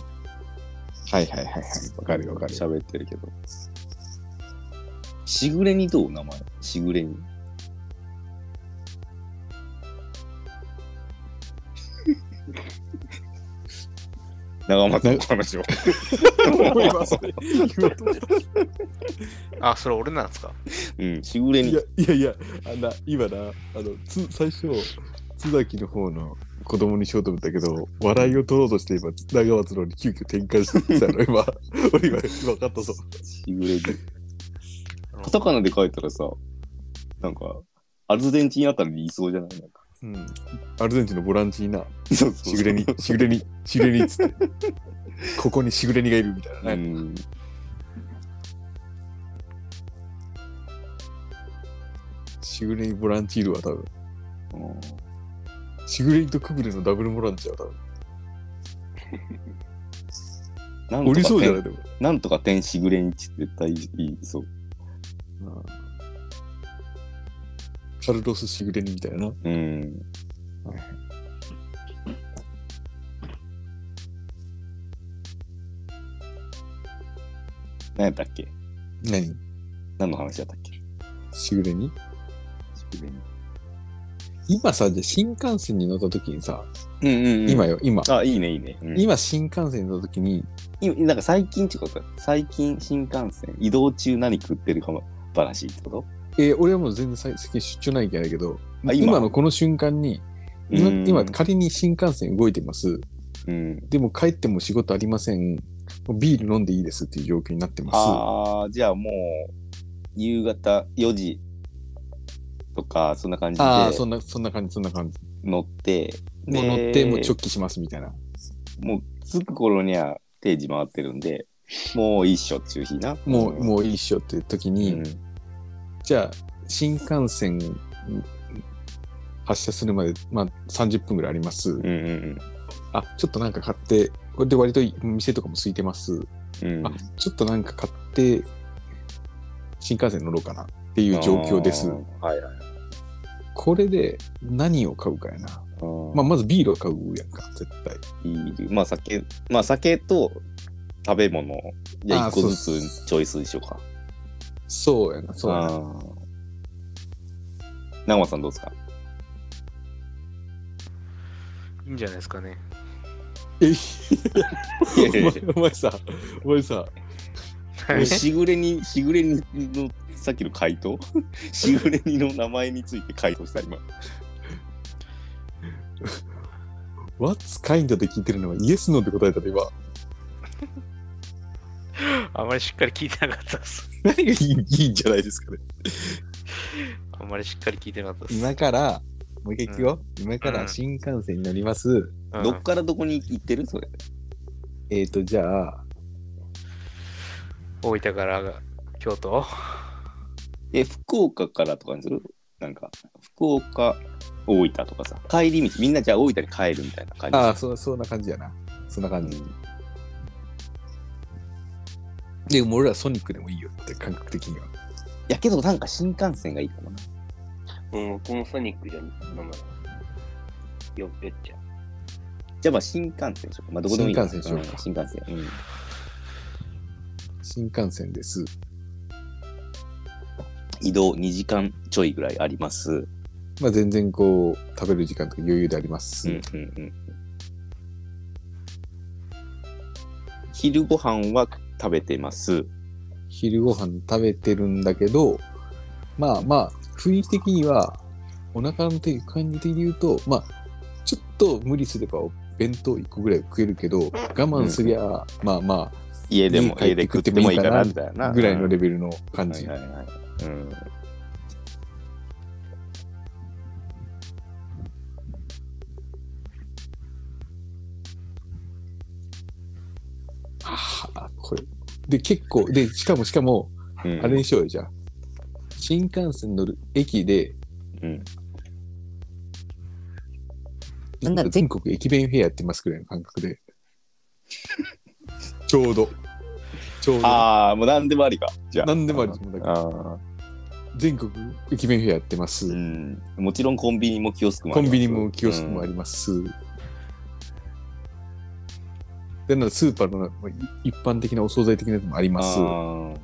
Speaker 2: はいはいはいはい。わかるよわかるよ。
Speaker 1: 喋ってるけど。しぐれにどう名前しぐれ に。長松の話を。
Speaker 5: あ、それ俺なんですか
Speaker 1: うん、しぐれ
Speaker 2: い
Speaker 1: に
Speaker 2: や。いやいや、あの今な、あのつ最初、津崎の方の子供にしようと思ったけど、笑いを取ろうとして今、長松郎に急遽転換してきたの、今、俺今、分かったぞ。
Speaker 1: しぐれに。カタカナで書いたらさ、なんか、アルゼンチンあたりにいそうじゃないなんか
Speaker 2: うん、アルゼンチンのボランチにな、
Speaker 1: そうそうそう
Speaker 2: しぐれに、しぐれに、しぐれにっつって、ここにしぐれにがいるみたいな
Speaker 1: う
Speaker 2: ね。
Speaker 1: ん。
Speaker 2: しぐれにボランチいるわ、多分。
Speaker 1: うん
Speaker 2: しぐれにとくぐれのダブルボランチは多分。
Speaker 1: なん
Speaker 2: おり
Speaker 1: と
Speaker 2: そ
Speaker 1: か
Speaker 2: うじゃ
Speaker 1: 天
Speaker 2: ないでも。
Speaker 1: なんとか天しぐれにち絶対いいそう。
Speaker 2: カルロスしぐれにみたいな。
Speaker 1: うん。何やったっけ
Speaker 2: 何
Speaker 1: 何の話だったっけ
Speaker 2: しぐれに今さ、じゃあ新幹線に乗った時にさ、
Speaker 1: うんうん、うん。
Speaker 2: 今。よ、今。
Speaker 1: あ、いいね、いいね。うん、
Speaker 2: 今新幹線に乗った時に、
Speaker 1: 今、なんか最近ってこと最近新幹線、移動中何食ってるかも話ってこと
Speaker 2: えー俺はもう全然最先出張ないけないけど、
Speaker 1: あ
Speaker 2: 今
Speaker 1: 今
Speaker 2: のこの瞬間に、今
Speaker 1: うん
Speaker 2: 今仮に新幹線動いてます。
Speaker 1: うん。
Speaker 2: でも帰っても仕事ありません。もうビール飲んでいいですっていう状況になってま
Speaker 1: ああ、じゃあもう、夕方4時とか、そんな感じ
Speaker 2: す。ああ、
Speaker 1: で
Speaker 2: そんな、そんな感じ、そんな感じ。
Speaker 1: 乗って、
Speaker 2: もう乗って、
Speaker 1: で
Speaker 2: もう直帰しますみたいな。
Speaker 1: もう着く頃には定時回ってるんで、もういいっしょっていう日な。
Speaker 2: もう、もういいっしょっていう時
Speaker 1: う
Speaker 2: に、
Speaker 1: ん、
Speaker 2: じゃあ、新幹線発車するまで、まあ、30分ぐらいあります。
Speaker 1: うん、うん、
Speaker 2: あ、ちょっとなんか買って、これで割と店とかも空いてます。
Speaker 1: うん。
Speaker 2: あ、ちょっとなんか買って、新幹線乗ろうかなっていう状況です
Speaker 1: あ。ーはいはい。
Speaker 2: これで何を買うかやな。ま
Speaker 1: ま
Speaker 2: あ、まずビールを買うやんか、絶対。
Speaker 1: あ、ビール。まあ、酒、まあ、酒と食べ物。じゃあ、
Speaker 2: あー
Speaker 1: 一個ず
Speaker 2: そう
Speaker 1: つチョイスにしようか。
Speaker 2: そうやな、そうやな。
Speaker 1: あー南和さんどうですか
Speaker 5: いいんじゃないですかね。
Speaker 2: え、
Speaker 1: いや
Speaker 2: お
Speaker 1: いやいや
Speaker 2: 前 お前さ、お前さ、
Speaker 1: しぐれに、しぐれにの、さっきの回答 しぐれにの名前について回答した、今。
Speaker 2: What's kind って聞いてるのはイエスのって答えたら今。
Speaker 5: あまりしっかり聞いてなかったです。
Speaker 2: 何がいいいいんじゃないですかね。
Speaker 5: あまりしっかり聞いてなかったです。
Speaker 2: 今から、もう一回聞くよ。今から新幹線に乗ります。
Speaker 5: うん
Speaker 1: どっからどこに行ってるそれ。
Speaker 2: えっ、ー、と、じゃあ、
Speaker 5: 大分から京都
Speaker 1: え、福岡からとかにするなんか、福岡、大分とかさ、帰り道、みんなじゃあ大分に帰るみたいな感じ。
Speaker 2: ああ、そう、そんな感じやな。そんな感じ。でも俺らソニックでもいいよって感覚的には。
Speaker 1: やけどなんか新幹線がいいかもな。
Speaker 4: うん、このソニックじゃ飲まない。よっぺっちゃう。
Speaker 1: じゃあまあ新幹線でしょうか。まあどこでもいい
Speaker 2: 新幹線でしょうか
Speaker 1: ん新幹線。うん。
Speaker 2: 新幹線です。
Speaker 1: 移動2時間ちょいぐらいあります。うん
Speaker 2: まあ全然こう、食べる時間とか余裕であります。
Speaker 1: うんうん。昼ご飯は食べてます。
Speaker 2: 昼ご飯食べてるんだけど、まあまあ、雰囲気的には、お腹の手感じ的に言うと、まあ、ちょっと無理すれば弁当1個ぐらい食えるけど、我慢すりゃ、まあま
Speaker 1: 家でも、家
Speaker 2: 家帰って
Speaker 1: で食ってもいいかなみたいな。
Speaker 2: あ、ぐらいのレ
Speaker 1: ベ
Speaker 2: ベルの感じ。
Speaker 1: はいはいはい。うん。
Speaker 2: はあ、これ。で、結構、で、しかもしかも、
Speaker 1: うん
Speaker 2: あれにしようよ、じゃあ。新幹線乗る駅で、
Speaker 1: うん
Speaker 2: なんか全国駅弁フェアやってますぐらいの感覚で。 ちょうど。ちょうど。
Speaker 1: ああ、もう何でもありか。じゃあ。
Speaker 2: 何でもありですもんだから
Speaker 1: ああ。
Speaker 2: 全国駅弁フェアやってます。
Speaker 1: うん。もちろんコンビニもキオスクもあ
Speaker 2: コ
Speaker 1: り
Speaker 2: ン
Speaker 1: ます
Speaker 2: ビニもキオスクもあります。で、なんかスーパーのまあい一般的なお惣菜的なやつもあります。
Speaker 1: うんあ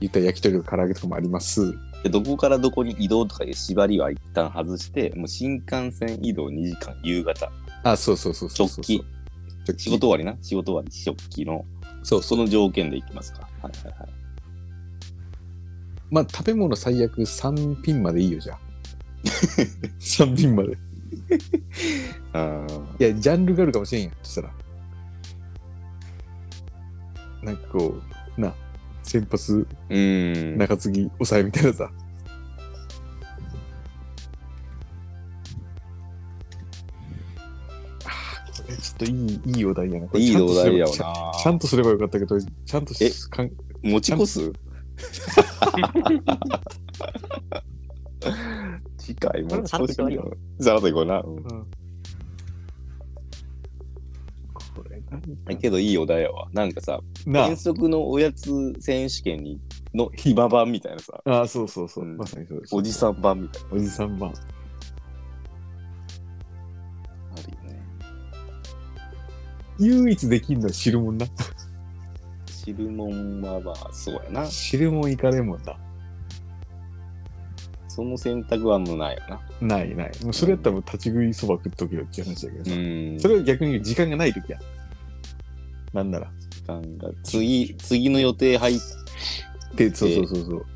Speaker 2: 言ったら焼き鳥とか唐揚げとかもあります。
Speaker 1: ーでどこからどこに移動とかいう縛りは一旦外して、もう新幹線移動2時間、夕方、
Speaker 2: あ、そうそうそうそう
Speaker 1: 食
Speaker 2: そう。
Speaker 1: 器、
Speaker 2: 食器
Speaker 1: 仕事終わりな、仕事終わり、食器の、
Speaker 2: そうそ。
Speaker 1: そうの条件でいきますか。はいはいはい。
Speaker 2: まあ、食べ物最悪3品までいい よ、じゃあ。3品まで。い
Speaker 1: うん
Speaker 2: や、ジャンルがあるかもしれんやん、そしたら。なんかこう、な、先発、
Speaker 1: うん。
Speaker 2: 中継ぎ、抑えみたいなさ。あーこれちょっといい、いいお題やな。これ
Speaker 1: いい
Speaker 2: ちゃんと
Speaker 1: お
Speaker 2: すれ
Speaker 1: 題
Speaker 2: ば
Speaker 1: やわ
Speaker 2: ちゃ
Speaker 1: な。
Speaker 2: ちゃんとすればよかったけど、ちゃんとしかん
Speaker 1: 持ち越 す次回持ち越し によざらっといこうな。うん
Speaker 2: これなんか
Speaker 1: けどいいお題やわ。なんかさ、
Speaker 2: な
Speaker 1: 遠足のおやつ選手権にの暇版みたいなさ、
Speaker 2: あ、あそうそうそう、
Speaker 1: うん
Speaker 2: まさにそうです。
Speaker 1: おじさん版みたいな。
Speaker 2: おじさん版。
Speaker 1: あるよね。
Speaker 2: 唯一できんのは汁もんな。
Speaker 1: 汁もんはまあ、そうやな。
Speaker 2: 汁もんいかれんもんな。
Speaker 1: その選択はもうないよな。
Speaker 2: ないない。もうそれやったらもう立ち食いそば食っとけよっていう話だけどさ。
Speaker 1: ん
Speaker 2: それは逆に時間がない時や。なんなら。
Speaker 1: 時間が次、次の予定入っ
Speaker 2: で、そうそうそうそう。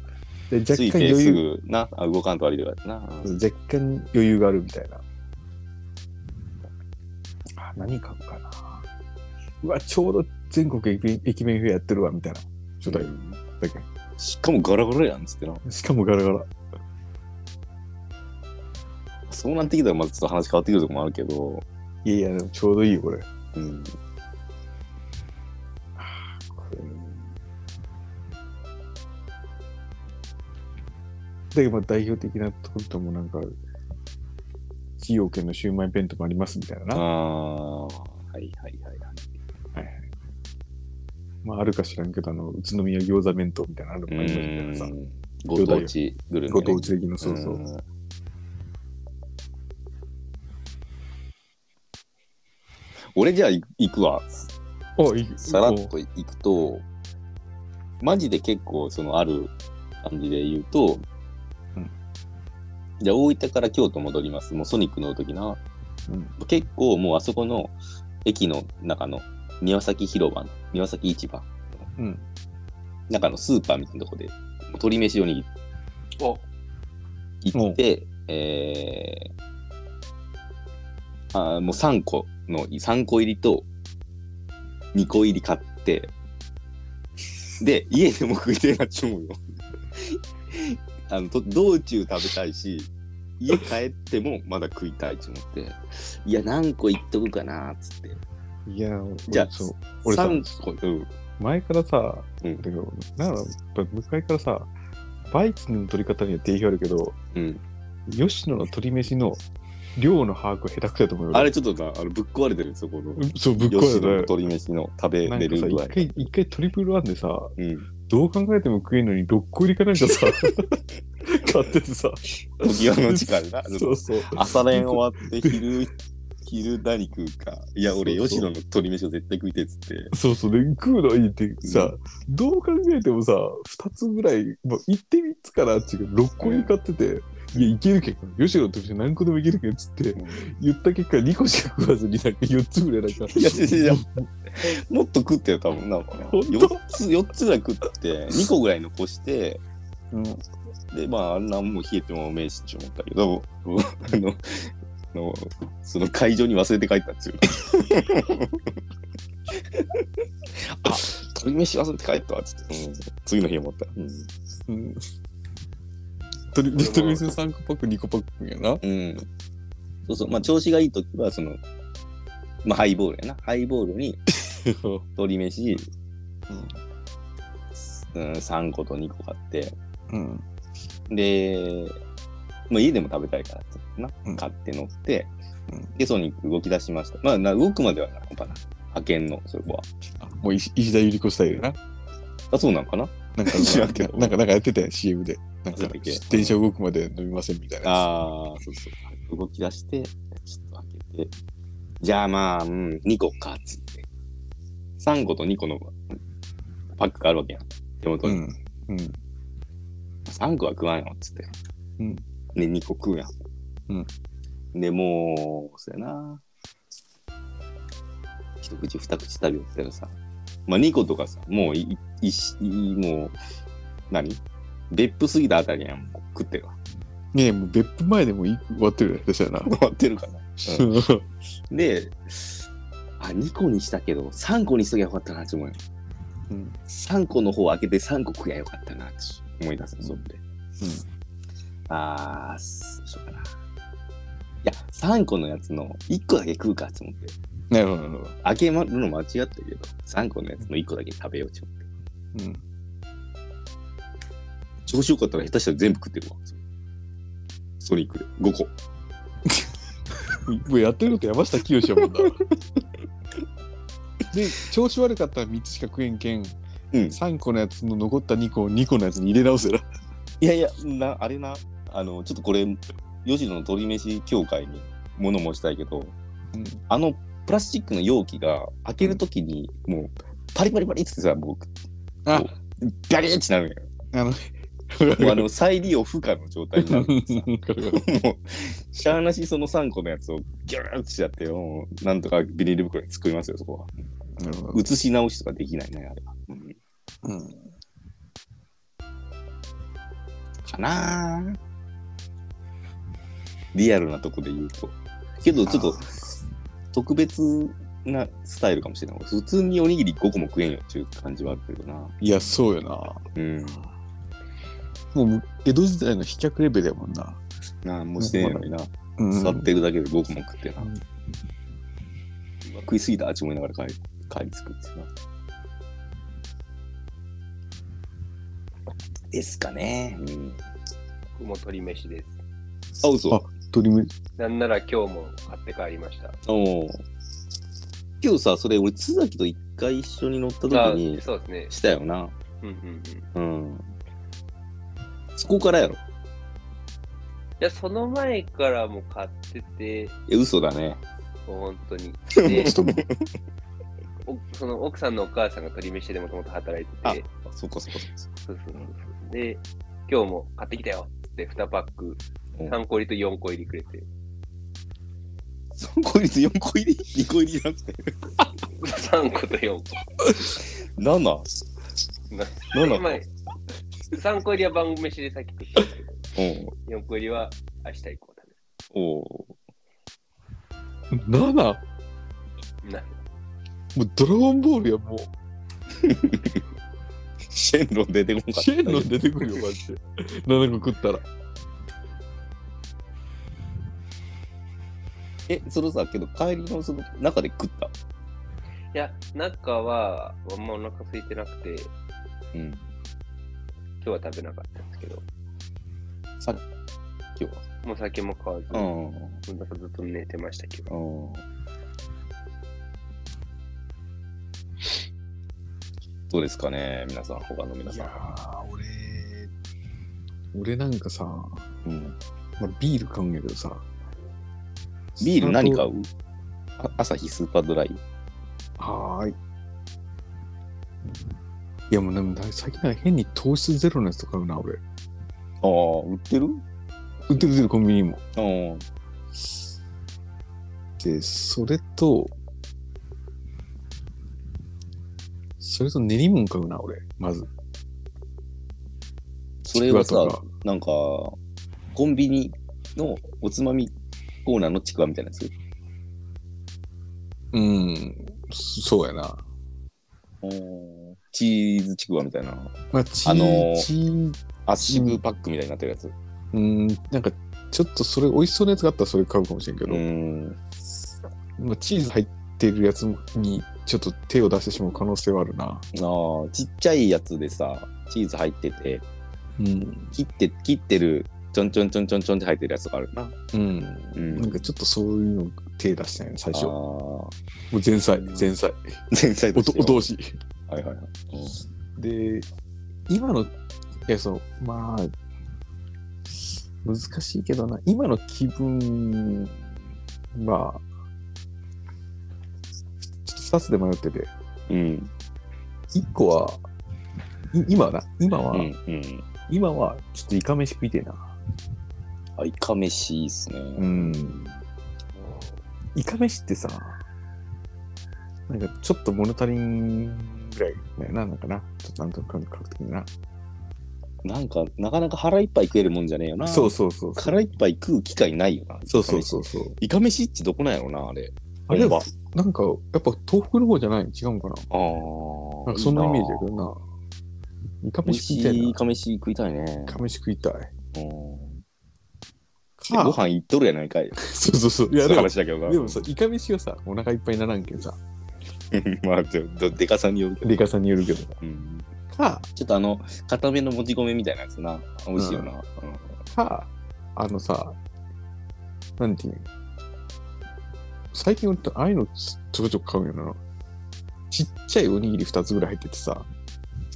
Speaker 2: で、若
Speaker 1: つい
Speaker 2: 干
Speaker 1: て
Speaker 2: 余
Speaker 1: す
Speaker 2: 裕、
Speaker 1: ぐな、あ動かんとありだからな。うん
Speaker 2: 若干余裕があるみたいな。あ、何書くかな。うわ、ちょうど全国駅弁駅弁フェアやってるわ、みたいな。ちょっとだけ。
Speaker 1: しかもガラガラやんっつってな。
Speaker 2: しかもガラガラ。
Speaker 1: そうなってきたらまずちょっと話変わってくるとこもあるけど、
Speaker 2: いやいや、でもちょうどいいよ、これ。
Speaker 1: うん、
Speaker 2: これだけどまあ代表的なところともなんか、崎陽軒のシウマイ弁当もありますみたいな
Speaker 1: あ
Speaker 2: な。
Speaker 1: あ、はいはいはいはい。
Speaker 2: まあ、あるか知らんけど、あの、宇都宮餃子弁当みたいなのもありますみたいなさ。
Speaker 1: ご当地グルメ、ね。
Speaker 2: ご当地的な、そうそう。
Speaker 1: ん俺じゃあい行くわ。
Speaker 2: おい
Speaker 1: さらっと行くと、マジで結構そのある感じで言うと、
Speaker 2: うん
Speaker 1: じゃあ大分から京都戻ります。もうソニックの時な。
Speaker 2: うん
Speaker 1: 結構もうあそこの駅の中の宮崎広場の、宮崎市場、
Speaker 2: うん。
Speaker 1: 中のスーパーみたいなとこで、もう鶏飯を握っ
Speaker 6: お
Speaker 1: 行って、えー、あーもう3個の3個入りと2個入り買ってで家でも食いてえなって思うよ あのと道中食べたいし家帰ってもまだ食いたいと思っていや何個いっとくかなっつって
Speaker 2: いや、
Speaker 1: じゃあ
Speaker 2: 俺そう俺さ、
Speaker 1: 3個うん
Speaker 2: 前からさ、
Speaker 1: うん
Speaker 2: だけど、なんだろう、昔からさ、バイキングの取り方には定評あるけど、
Speaker 1: うん、
Speaker 2: 吉野の鶏飯の量の把握は下手くそだと思うよ。
Speaker 1: あれちょっとなあのぶっ壊れてるんですよこの
Speaker 2: そう、ぶっ
Speaker 1: 吉野
Speaker 2: 壊
Speaker 1: の
Speaker 2: れた。
Speaker 1: 鶏飯の食べ
Speaker 2: な
Speaker 1: れ
Speaker 2: んか
Speaker 1: る
Speaker 2: さ、
Speaker 1: 具合
Speaker 2: 一回、一回トリプルワンでさ、
Speaker 1: うん
Speaker 2: どう考えても食えんのに6個入りかなん かさ、買っててさ、
Speaker 1: 時際の力な
Speaker 2: そうそう。
Speaker 1: 朝練終わって昼、昼何食うか。いや、俺、
Speaker 2: そうそ
Speaker 1: 吉
Speaker 2: う
Speaker 1: 野の鶏飯を絶対食いてえっつ って。
Speaker 2: そうそうで、食うのいいってさ、どう考えてもさ、2つぐらい、まあ、1点3つかなっていうけど、6個入り買ってて、いや、いけるけん。吉野の鶏飯何個でもいけるけんっつって、言った結果2個しか食わずに、なんか4つぐらいなんか。
Speaker 1: いや、違う違う違うもっと食ってよ、多分なんかな。
Speaker 2: ほんと
Speaker 1: 4つ、四つぐらい食って、2個ぐらい残して、で、まあ、あんなもう冷えてもうめえしって思ったけど、 あの、のその会場に忘れて帰ったんですよ。 あ、鶏飯忘れて帰ったわ、つって。うん次の日思った。
Speaker 2: うん。鶏鶏飯の3個パック、2個パックやな。
Speaker 1: うん。そうそう。まあ、調子がいいときは、その、まあ、ハイボールやな。ハイボールに、鶏飯、うん、3個と2個買って、
Speaker 2: うん。
Speaker 1: で、まあ、家でも食べたいからってな、
Speaker 2: うん
Speaker 1: 買って乗って、
Speaker 2: うん
Speaker 1: で、ソニック動き出しました。まあ、な動くまではなかったな。派遣の、そこは。
Speaker 2: もう石石田ゆり子スタイルな。
Speaker 1: あ、そうなのかな
Speaker 2: な んか
Speaker 1: 知らんけど
Speaker 2: なんか、なんかやってたよ、CM で。なん
Speaker 1: そう
Speaker 2: か
Speaker 1: だっけ、
Speaker 2: 電車動くまで飲みませんみたいな。
Speaker 1: ああ、そうそう。動き出して、ちょっと開けて、じゃあまあ、うん、2個か、つって。3個と2個のパックがあるわけやん。手元
Speaker 2: う
Speaker 1: に。
Speaker 2: ん。うん。
Speaker 1: 3個は食わんよ、つって。
Speaker 2: うん
Speaker 1: で、2個食うやん。で、もう、そうやな。一口、二口食べよったらさ、まあ、2個とかさ、もうい、い、い、いもう、何別府過ぎたあたりやん、もう食ってるわ。
Speaker 2: ねえ、もう別府前でもい終わってるよ、私はな。
Speaker 1: 終わってるかな。で、あ、2個にしたけど、3個にしときゃよかったなって思うよ。
Speaker 2: うん
Speaker 1: 3個の方を開けて3個食えばよかったなって思い出すの、それで。あー、そうしようかな。いや、3個のやつの1個だけ食うかって思って。
Speaker 2: なるほど、なるほど。
Speaker 1: 開けるの間違ったけど、3個のやつの1個だけ食べようって思って。
Speaker 2: うん。
Speaker 1: 調子よかったら下手したら全部食ってるわ。ソニックで5個。
Speaker 2: もうやってること山下清やも んだ。で、調子悪かったら3つしか食えんけん、
Speaker 1: うん
Speaker 2: 3個のやつの残った2個を2個のやつに入れ直せな。
Speaker 1: いやいや、な、あれな、あの、ちょっとこれ、吉野の鶏飯協会に物申したいけど、
Speaker 2: うん
Speaker 1: あのプラスチックの容器が開けるときに、もう、パリパリパリってさ、もう、
Speaker 2: あ、
Speaker 1: ビャリーってなるんや
Speaker 2: あの、
Speaker 1: ろ。もうあ の、再利用不可の状態 になるんですよもう、しゃあなしその3個のやつをギューッとしちゃって、もうなんとかビニール袋に作りますよ、そこは。
Speaker 2: なるほど。
Speaker 1: 写し直しとかできないね、あれは。うん
Speaker 2: うん
Speaker 1: かなぁリアルなとこで言うと。けど、ちょっと、特別なスタイルかもしれない。俺普通におにぎり5個も食えんよっていう感じはあるけどな。
Speaker 2: いや、そうよな。
Speaker 1: うん。
Speaker 2: もう、江戸時代の飛脚レベルやもんな。
Speaker 1: なあ、もうしてんのにな。
Speaker 2: うん
Speaker 1: 座ってるだけで5個も食ってな。うわ食いすぎた味思いながら帰り、帰り作ってな。ですかね。うん。
Speaker 4: 僕も鳥飯です。
Speaker 1: あ、嘘。
Speaker 2: あ鳥め
Speaker 4: なんなら今日も買って帰りました。
Speaker 1: おお。今日さ、それ俺、津崎と一回一緒に乗った時
Speaker 4: あ
Speaker 1: に
Speaker 4: そうですね。
Speaker 1: したよな。
Speaker 4: うんうんうん。い
Speaker 1: うん。そこからやろ。
Speaker 4: や、その前からも買ってて、
Speaker 1: え、嘘だね。
Speaker 4: 本 当に。で
Speaker 2: ちょっともう
Speaker 4: おその奥さんのお母さんが鳥飯でもともと働いて
Speaker 1: あ
Speaker 4: て、
Speaker 1: そっかそっかそっか。
Speaker 4: そうそうそうそう。で、今日も買ってきたよって2パック、
Speaker 1: うん
Speaker 4: 3個入りと4個入りくれて、
Speaker 1: 3個入り、4個入り、2個入りじゃなくて。
Speaker 4: 3個と4個。
Speaker 1: 7。7
Speaker 4: 今、3個入りは晩飯でさっき食ったんですけど、4個入りは明日以降だ
Speaker 1: おおう。
Speaker 2: 7? も
Speaker 4: ね。な
Speaker 2: うドラゴンボールや、もう。
Speaker 1: シェンロン出てこなかった。
Speaker 2: シェーンの出てくるよ、マジで。7個食ったら。
Speaker 1: え、それさ、けど帰りのその中で食った。
Speaker 4: いや、中は、あんまお腹空いてなくて、
Speaker 1: うん。
Speaker 4: 今日は食べなかったんですけど、
Speaker 1: さ今日は。
Speaker 4: もう酒も買わず、
Speaker 1: うん。
Speaker 4: なんかずっと寝てましたけど、
Speaker 1: うん。どうですかね、皆さん、他の皆
Speaker 2: い
Speaker 1: さ
Speaker 2: や
Speaker 1: ん。
Speaker 2: ー、俺、俺なんかさ、ま
Speaker 1: うん
Speaker 2: あ、ビール買うんやけどさ。
Speaker 1: ビール何買
Speaker 2: う
Speaker 1: うあ朝日スーパードライ。
Speaker 2: はーい。いや、もうでもだ、最近なんか変に糖質ゼロのやつとか買うな、俺。
Speaker 1: ああ、売ってる
Speaker 2: 売ってる売ってるコンビニにも。
Speaker 1: うん。
Speaker 2: で、それと、それと練り物買うな、俺。まず。
Speaker 1: それは
Speaker 2: ちく
Speaker 1: さ
Speaker 2: わとか、
Speaker 1: なんか、コンビニのおつまみコーナーのちくわみたいなやつ。
Speaker 2: うん、そうやな。
Speaker 1: チーズちくわみたいな。
Speaker 2: まあ、チー、
Speaker 1: あのー
Speaker 2: チー
Speaker 1: アッシブパックみたいになってるやつ。
Speaker 2: うん、なんか、ちょっとそれ、美味しそうなやつがあったらそれ買うかもしれんけ
Speaker 1: う
Speaker 2: ど、
Speaker 1: ん。
Speaker 2: まあ、チーズ入ってるやつにちょっと手を出してしまう可能性はあるな。
Speaker 1: ああ、ちっちゃいやつでさ、チーズ入ってて、
Speaker 2: うん。
Speaker 1: 切って、切ってる、ちちょんちょんちょんちょんちょんって入ってるやつとかあるな。
Speaker 2: うん。
Speaker 1: うん
Speaker 2: なんかちょっとそういうの手出したいな、最初。も
Speaker 1: あ
Speaker 2: う前菜、前菜。
Speaker 1: あ。 全体
Speaker 2: お
Speaker 1: と
Speaker 2: と
Speaker 1: しては
Speaker 2: お通し。
Speaker 1: はいはいはい。
Speaker 2: で、今の、いや、そう、まあ、難しいけどな、今の気分は、ちょっと2つで迷ってて、
Speaker 1: うん。
Speaker 2: 1個は、い今はな、今は、
Speaker 1: うん。うん。
Speaker 2: 今は、ちょっとイカ飯食いてえな。
Speaker 1: あ、いかめしいっすね。
Speaker 2: うん。イカ飯ってさ、なんかちょっと物足りんぐらいだよな、なんかな。ちょっとなんとなく感覚的にな。
Speaker 1: なんか、なかなか腹いっぱい食えるもんじゃねえよな。
Speaker 2: そうそうそうそう。
Speaker 1: 腹いっぱい食う機会ないよな。。
Speaker 2: そうそうそううそう。
Speaker 1: いかめしってどこなんやろな、あれ。
Speaker 2: あれ
Speaker 1: は
Speaker 2: は、なんか、やっぱ東北の方じゃない違うんかな
Speaker 1: ああ
Speaker 2: なんかそんなイメージだけどな。イカ
Speaker 1: 美味
Speaker 2: 飯
Speaker 1: し
Speaker 2: 食いたい
Speaker 1: い
Speaker 2: な。
Speaker 1: いかめし食いたいね
Speaker 2: イ。カ飯食いたい。
Speaker 1: うん
Speaker 2: か
Speaker 1: ご飯いっとるやないかい。
Speaker 2: そうそうそう。い
Speaker 1: い
Speaker 2: や、
Speaker 1: う
Speaker 2: でも
Speaker 1: 話だけどな。
Speaker 2: でもさ、イカ飯はさ、お腹いっぱいにならんけんさ、
Speaker 1: まあ、ちょっとでかさによるけど。
Speaker 2: リカさんによるけど。
Speaker 1: うん
Speaker 2: か、
Speaker 1: ちょっとあの、固めのもち米みたいなやつな。美味しいよな。うん
Speaker 2: か、あのさ、なんていうの最近俺ってああいうのちょこちょこ買うんよな。ちっちゃいおにぎり2つぐらい入っててさ、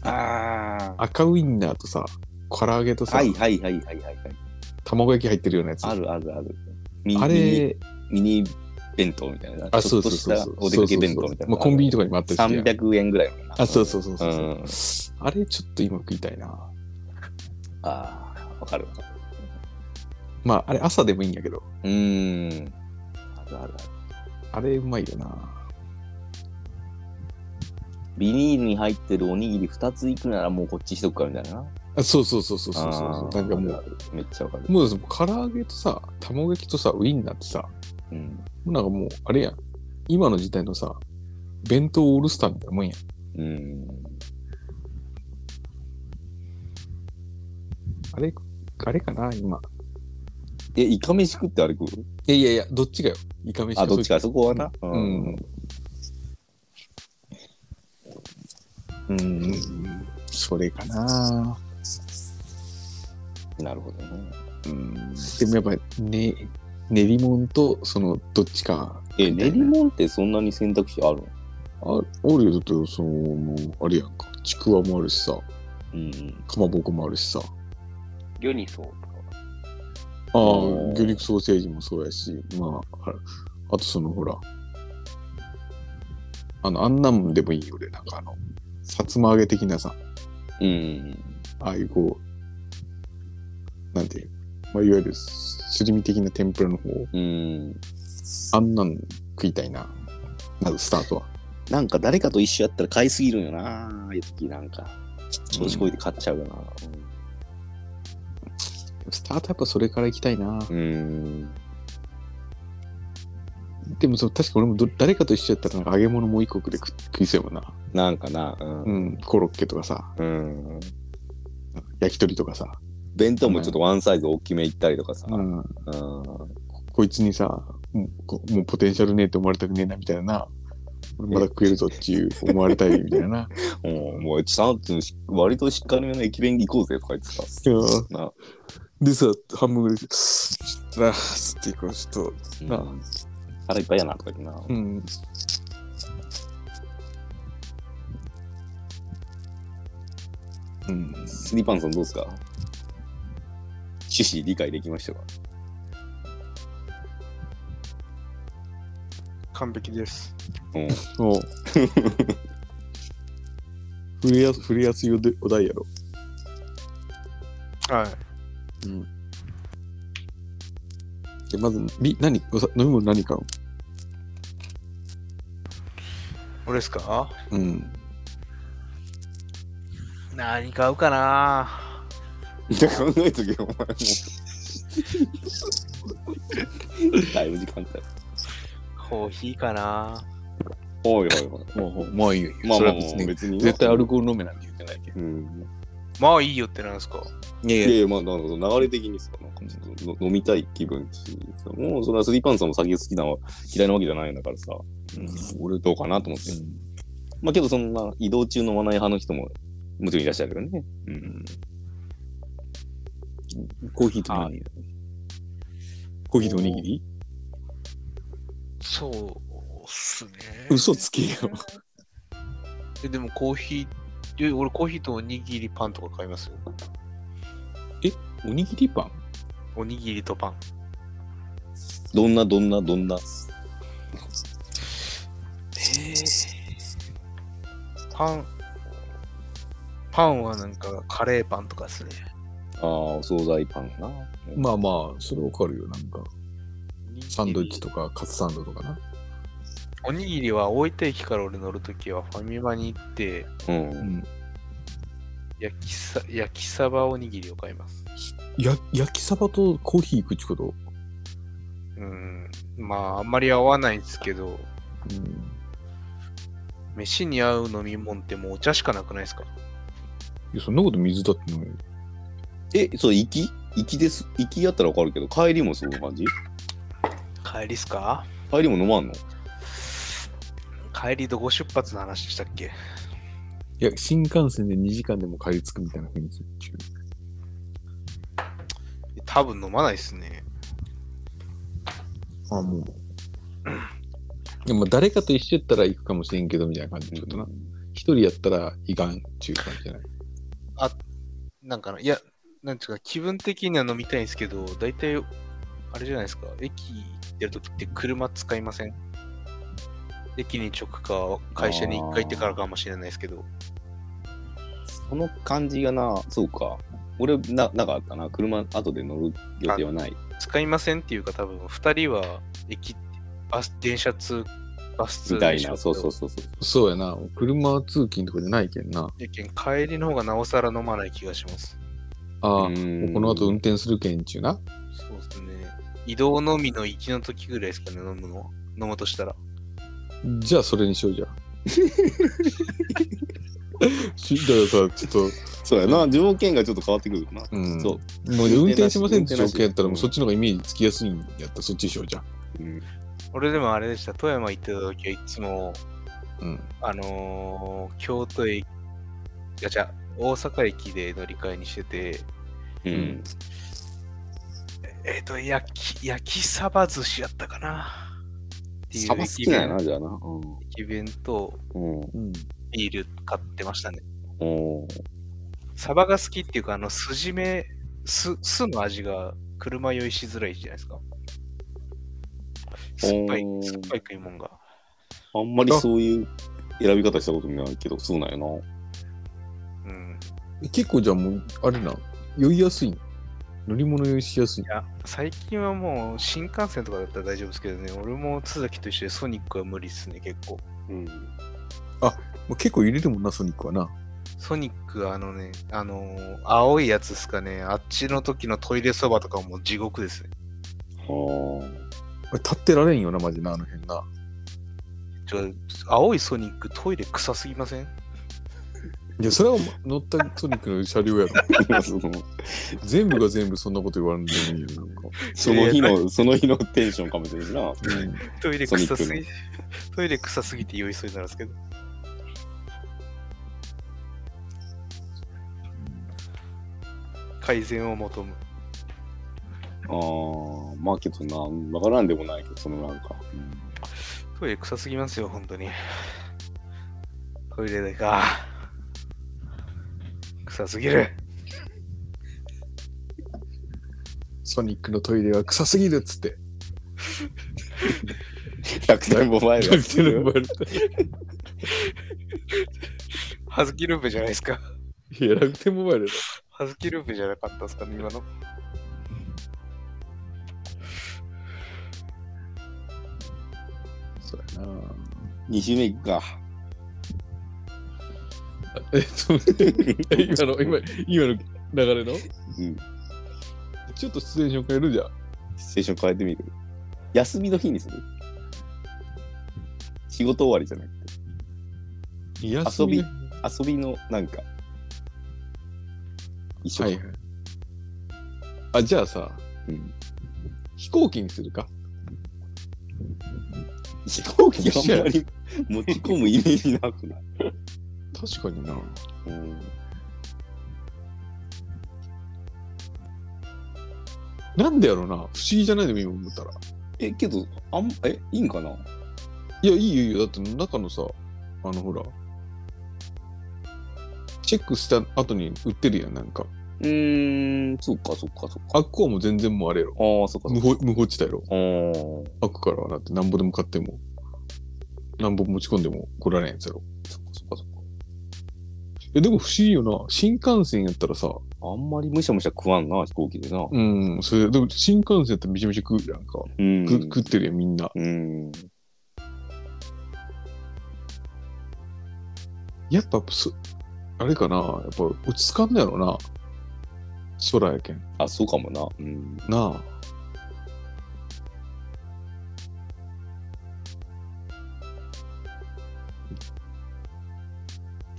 Speaker 1: ああ。
Speaker 2: 赤ウインナーとさ、唐揚げとさ、
Speaker 1: はいはいはいはいはい。はい
Speaker 2: 卵焼き入ってるようなやつ。
Speaker 1: あ
Speaker 2: あ
Speaker 1: るあるある。ミニ
Speaker 2: れ、
Speaker 1: ミニ弁当みたいな。
Speaker 2: あ、
Speaker 1: ちょっ
Speaker 2: そう
Speaker 1: と
Speaker 2: そう
Speaker 1: し
Speaker 2: そう
Speaker 1: た
Speaker 2: そう。
Speaker 1: お出かけ弁当みたいな。
Speaker 2: まあ、コンビニとかにもあったりするやん
Speaker 1: 300円ぐらいのな。
Speaker 2: あ、そうそうそうそうそう、
Speaker 1: うん
Speaker 2: あれちょっと今食いたいな。
Speaker 1: ああ、わかるわかる。
Speaker 2: まあ、あれ朝でもいいんやけど、
Speaker 1: うーん。あるあるある。
Speaker 2: あれうまいよな。
Speaker 1: ビニールに入ってるおにぎり2ついくならもうこっちしとくかみたいな。
Speaker 2: あそうそうそうそうそうそう
Speaker 1: あー
Speaker 2: なんかも
Speaker 1: ある
Speaker 2: う、
Speaker 1: あるめっちゃわかる。
Speaker 2: もうその唐揚げとさ、卵焼きとさ、ウインナーってさ、
Speaker 1: うん。
Speaker 2: なんかもう、あれやん。今の時代のさ、弁当オールスターみたいなもんやん。
Speaker 1: うん。
Speaker 2: あれ、あれかな、今。
Speaker 1: え、イカ飯食って歩く
Speaker 2: えいやいや、どっちがよ。イカ飯
Speaker 1: あ、どっちか、
Speaker 2: そ
Speaker 1: そこはな。う
Speaker 2: う。うん。。うん。それかな。
Speaker 1: なるほどね。
Speaker 2: うん。でもやっぱ、ね、練り物と、その、どっちか。
Speaker 1: え、練り物ってそんなに選択肢あるの
Speaker 2: ああるよ、だって、その、もうあれやんか。ちくわもあるしさ、
Speaker 1: うん。
Speaker 2: かまぼこもあるしさ、
Speaker 4: 魚にそうとか
Speaker 2: ああ
Speaker 1: うん、
Speaker 2: 魚肉ソーセージもそうやし、まあ、ああとその、ほら、あの、あんなんでもいいよ、俺、なんかあの、さつま揚げ的なさ、
Speaker 1: うん。
Speaker 2: ああいうこう、なんていう、まあ、いわゆるすり身的な天ぷらの方、
Speaker 1: うん。
Speaker 2: あんなん食いたいな、まずスタートは。
Speaker 1: なんか誰かと一緒やったら買いすぎるんよな。ああいう時なんか。調子こいて買っちゃうよな。
Speaker 2: スタートやっぱそれから行きたいな。
Speaker 1: うん。
Speaker 2: でもそう、確か俺もど誰かと一緒やったら、なんか揚げ物もう一個で食食いそうやもんな。
Speaker 1: なんかな。う。
Speaker 2: うんん、コロッケとかさ、
Speaker 1: うん。
Speaker 2: 焼き鳥とかさ、
Speaker 1: 弁当もちょっとワンサイズ大きめいったりとかさ。うん。
Speaker 2: ん、こいつにさ、もうこもうポテンシャルねえって思われたくねえなみたいな、俺まだ食えるぞっていう思われたいみたいな。
Speaker 1: うんもう、ちさんって割としっかりめの駅弁行こうぜとか言ってさ。
Speaker 2: うん
Speaker 1: な。
Speaker 2: でさ、半分ぐらいで、 ちょっとな、吸っていこう、ちょっ
Speaker 1: う
Speaker 2: なあ
Speaker 1: ん腹いっぱいやなとか言ってな。
Speaker 2: と、うん。うん、
Speaker 1: スリーパンさんどうですか趣旨理解できましたか
Speaker 5: 完璧です。
Speaker 1: うん。
Speaker 2: おう 触れやす触れやすいおでお題やろ。
Speaker 5: はい。
Speaker 2: でまず、み何おさ飲み物何買う
Speaker 5: 俺ですか
Speaker 2: うん。
Speaker 5: 何買うかな
Speaker 1: じゃ考えとけよ、お前もう。 だいぶ時間だよ。
Speaker 5: コーヒーかな
Speaker 1: おいおいおい。
Speaker 2: もう、もういいよ。
Speaker 1: まあ
Speaker 2: そ
Speaker 1: ま
Speaker 2: れ
Speaker 1: あ
Speaker 2: は別に
Speaker 1: 別に。
Speaker 2: 絶対アルコール飲めなんて言ってないけど。
Speaker 1: うん。
Speaker 5: まあいいよってなんですか
Speaker 1: いやいや、まあ、なんか流れ的にさ、なんかちょっとの飲みたい気分っていうかもう、それはスリーパンさんも酒好きなの嫌いなわけじゃないんだからさ、俺どうかなと思って。まあけど、そんな移動中飲まない派の人ももちろんいらっしゃるよね。うん。
Speaker 2: コーヒーと何コーヒーとおにぎり
Speaker 5: そうっすね。
Speaker 2: 嘘つけよ。
Speaker 5: えでもコーヒー、いや俺コーヒーとおにぎりパンとか買いますよ。
Speaker 2: おにぎりパン
Speaker 5: おにぎりとパン。
Speaker 1: どんなどんなどんな。
Speaker 5: パン、パンはなんかカレーパンとかですね。
Speaker 1: ああ、お惣菜パンな。
Speaker 2: まあまあ、それわかるよ。なんか、サンドイッチとかカツサンドとかな。
Speaker 5: おにぎりは大分駅から俺乗るときはファミマに行って
Speaker 1: うん。
Speaker 5: 焼きさ、焼きサバおにぎりを買います。
Speaker 2: や焼きサバとコーヒー行くってこと、
Speaker 5: うん。まあ、あんまり合わないんですけど、飯に合う飲み物ってもうお茶しかなくないですか
Speaker 2: いやそんなこと水だって飲める
Speaker 1: え、そう、行き行きです。行きやったらわかるけど、帰りもそんな感じ
Speaker 5: 帰りっすか
Speaker 1: 帰りも飲まんの
Speaker 5: 帰りどこ出発の話でしたっけ
Speaker 2: いや、新幹線で2時間でも帰り着くみたいな雰囲気中。
Speaker 5: 多分飲まないっすね。
Speaker 2: あ、もう。でも誰かと一緒やったら行くかもしれんけどみたいな感じってことな。一、人やったらいかんっていう感じじゃない。
Speaker 5: なんかな、いや、なんていうか、気分的には飲みたいんですけど、大体、あれじゃないですか、駅行ってるときって車使いません駅に直か、会社に1回行ってからかもしれないですけど、
Speaker 1: その感じがな、そうか。俺、な、なかったな。車、後で乗る予定はない。
Speaker 5: 使いませんっていうか、多分2人は駅、バス、電車通、バス通
Speaker 1: みたいな。そうそう
Speaker 5: う。
Speaker 1: そうそう。
Speaker 2: そうやな。車通勤とかじゃないけんな。
Speaker 5: でけん帰りの方がなおさら飲まない気がします。
Speaker 2: ああ、
Speaker 1: う
Speaker 2: も
Speaker 1: ーん
Speaker 2: うこの後運転するけんちゅうな。
Speaker 5: そうですね。移動のみの行きの時ぐらいですかね、飲むのは。飲むとしたら。
Speaker 2: じゃあそれにしよう じゃん。しだからさ、ちょっと、
Speaker 1: そうやな。条件がちょっと変わってくるかな。
Speaker 2: うん、
Speaker 1: そ
Speaker 2: もう運転しませんって
Speaker 1: 運転
Speaker 2: 条
Speaker 1: なし
Speaker 2: 件やったら、もう
Speaker 1: うん
Speaker 2: そっちの方がイメージつきやすいんやったら、そっちにしようじゃん。
Speaker 1: うん。
Speaker 5: 俺でもあれでした、富山行ってた時はいつも、
Speaker 2: うん。
Speaker 5: あのー京都駅、じゃじゃ大阪駅で乗り換えにしてて、
Speaker 1: うん。
Speaker 5: えっ、と、焼き、焼きサバ寿司やったかな。っていう
Speaker 1: サバ好
Speaker 5: 駅
Speaker 1: きなんや
Speaker 5: 弁
Speaker 1: な、じゃあな。
Speaker 5: 駅弁と
Speaker 1: うん。うん。
Speaker 2: うん。
Speaker 5: ビール買ってましたね。
Speaker 1: おー
Speaker 5: サバが好きっていうか、あの、筋目、酢、酢の味が車酔いしづらいじゃないですか。酸っぱい
Speaker 1: お、ー
Speaker 5: 酸っぱい食い物が。
Speaker 1: あんまりそういう選び方したことないけど、そうなんやな。
Speaker 5: うん。
Speaker 2: 結構じゃあもう、あれな、酔いやすいの乗り物酔いしやすい
Speaker 5: いや、最近はもう新幹線とかだったら大丈夫ですけどね、俺も津崎と一緒でソニックは無理っすね、結構。
Speaker 4: うん。
Speaker 2: もう結構入れるもんな、ソニックはな。
Speaker 5: ソニック、あのね、あのー青いやつですかね、あっちの時のトイレそばとかも地獄ですね。
Speaker 1: あ
Speaker 2: あれ立ってられんよな、マジな、あの辺な。
Speaker 5: ちょ青いソニック、トイレ臭すぎません
Speaker 2: いや、それはお前乗ったソニックの車両やろ。
Speaker 1: あ。その
Speaker 2: 全部が全部そんなこと言われるんじゃないよ、なんか。
Speaker 1: その日の、その日のテンションかもしれんな。
Speaker 5: トイレ臭す
Speaker 1: ソニ
Speaker 5: ぎ、トイレ臭すぎて酔いそうになるんですけど。改善を求む。
Speaker 1: ああ、まあけどな、わからんでもないけど、そのなんか。
Speaker 5: トイレ臭すぎますよ、本当に。トイレでか。臭すぎる。
Speaker 2: ソニックのトイレは臭すぎるっつって。
Speaker 1: 100点も前が。
Speaker 2: バル
Speaker 5: ハズキループじゃないですか。
Speaker 2: いや、楽天モバイルだ。
Speaker 5: ハズキループじゃなかったですかね、今の。
Speaker 2: そうやな。
Speaker 1: 2周目行くか。
Speaker 2: えっと、今の、今、今の流れの
Speaker 1: うん。
Speaker 2: ちょっとシチュエーション変えるじゃん。
Speaker 1: シチュエーション変えてみる。休みの日にする仕事終わりじゃな
Speaker 2: 休み
Speaker 1: 遊くて、遊びのなんか。一緒
Speaker 2: はいはい。あ、じゃあさ、
Speaker 1: うん
Speaker 2: 飛行機にするか。
Speaker 1: 飛行機あんまり 持ち込むイメージなくない。
Speaker 2: 確かにな。
Speaker 1: うん。
Speaker 2: なんでやろうな。不思議じゃないでも今思ったら。
Speaker 1: え、けど、あん、え、いいんかない
Speaker 2: や、いいよいいよ。だって中のさ、あのほら、チェックした後に売ってるやん、なんか。
Speaker 1: うーん、そっかそっかそっか。
Speaker 2: あっこはもう全然もうあれやろ。
Speaker 1: ああ、そっかそ
Speaker 2: 無
Speaker 1: っか。
Speaker 2: 法無法地帯やろ。
Speaker 1: あー
Speaker 2: あっこからはだってなんぼでも買っても、なんぼ持ち込んでも来られんやつやろ。
Speaker 1: そっかそっかそっか。
Speaker 2: え、でも不思議よな。新幹線やったらさ、
Speaker 1: あんまりむしゃむしゃ食わんな、飛行機でな。
Speaker 2: うん、それでも新幹線やったらめちゃめちゃ食うやんか。
Speaker 1: うん
Speaker 2: く食ってるやん、みんな。
Speaker 1: うん。
Speaker 2: やっぱそ、あれかな、やっぱ落ち着かんのやろな。空やけん。
Speaker 1: あ、そうかもな。うん。
Speaker 2: なあ。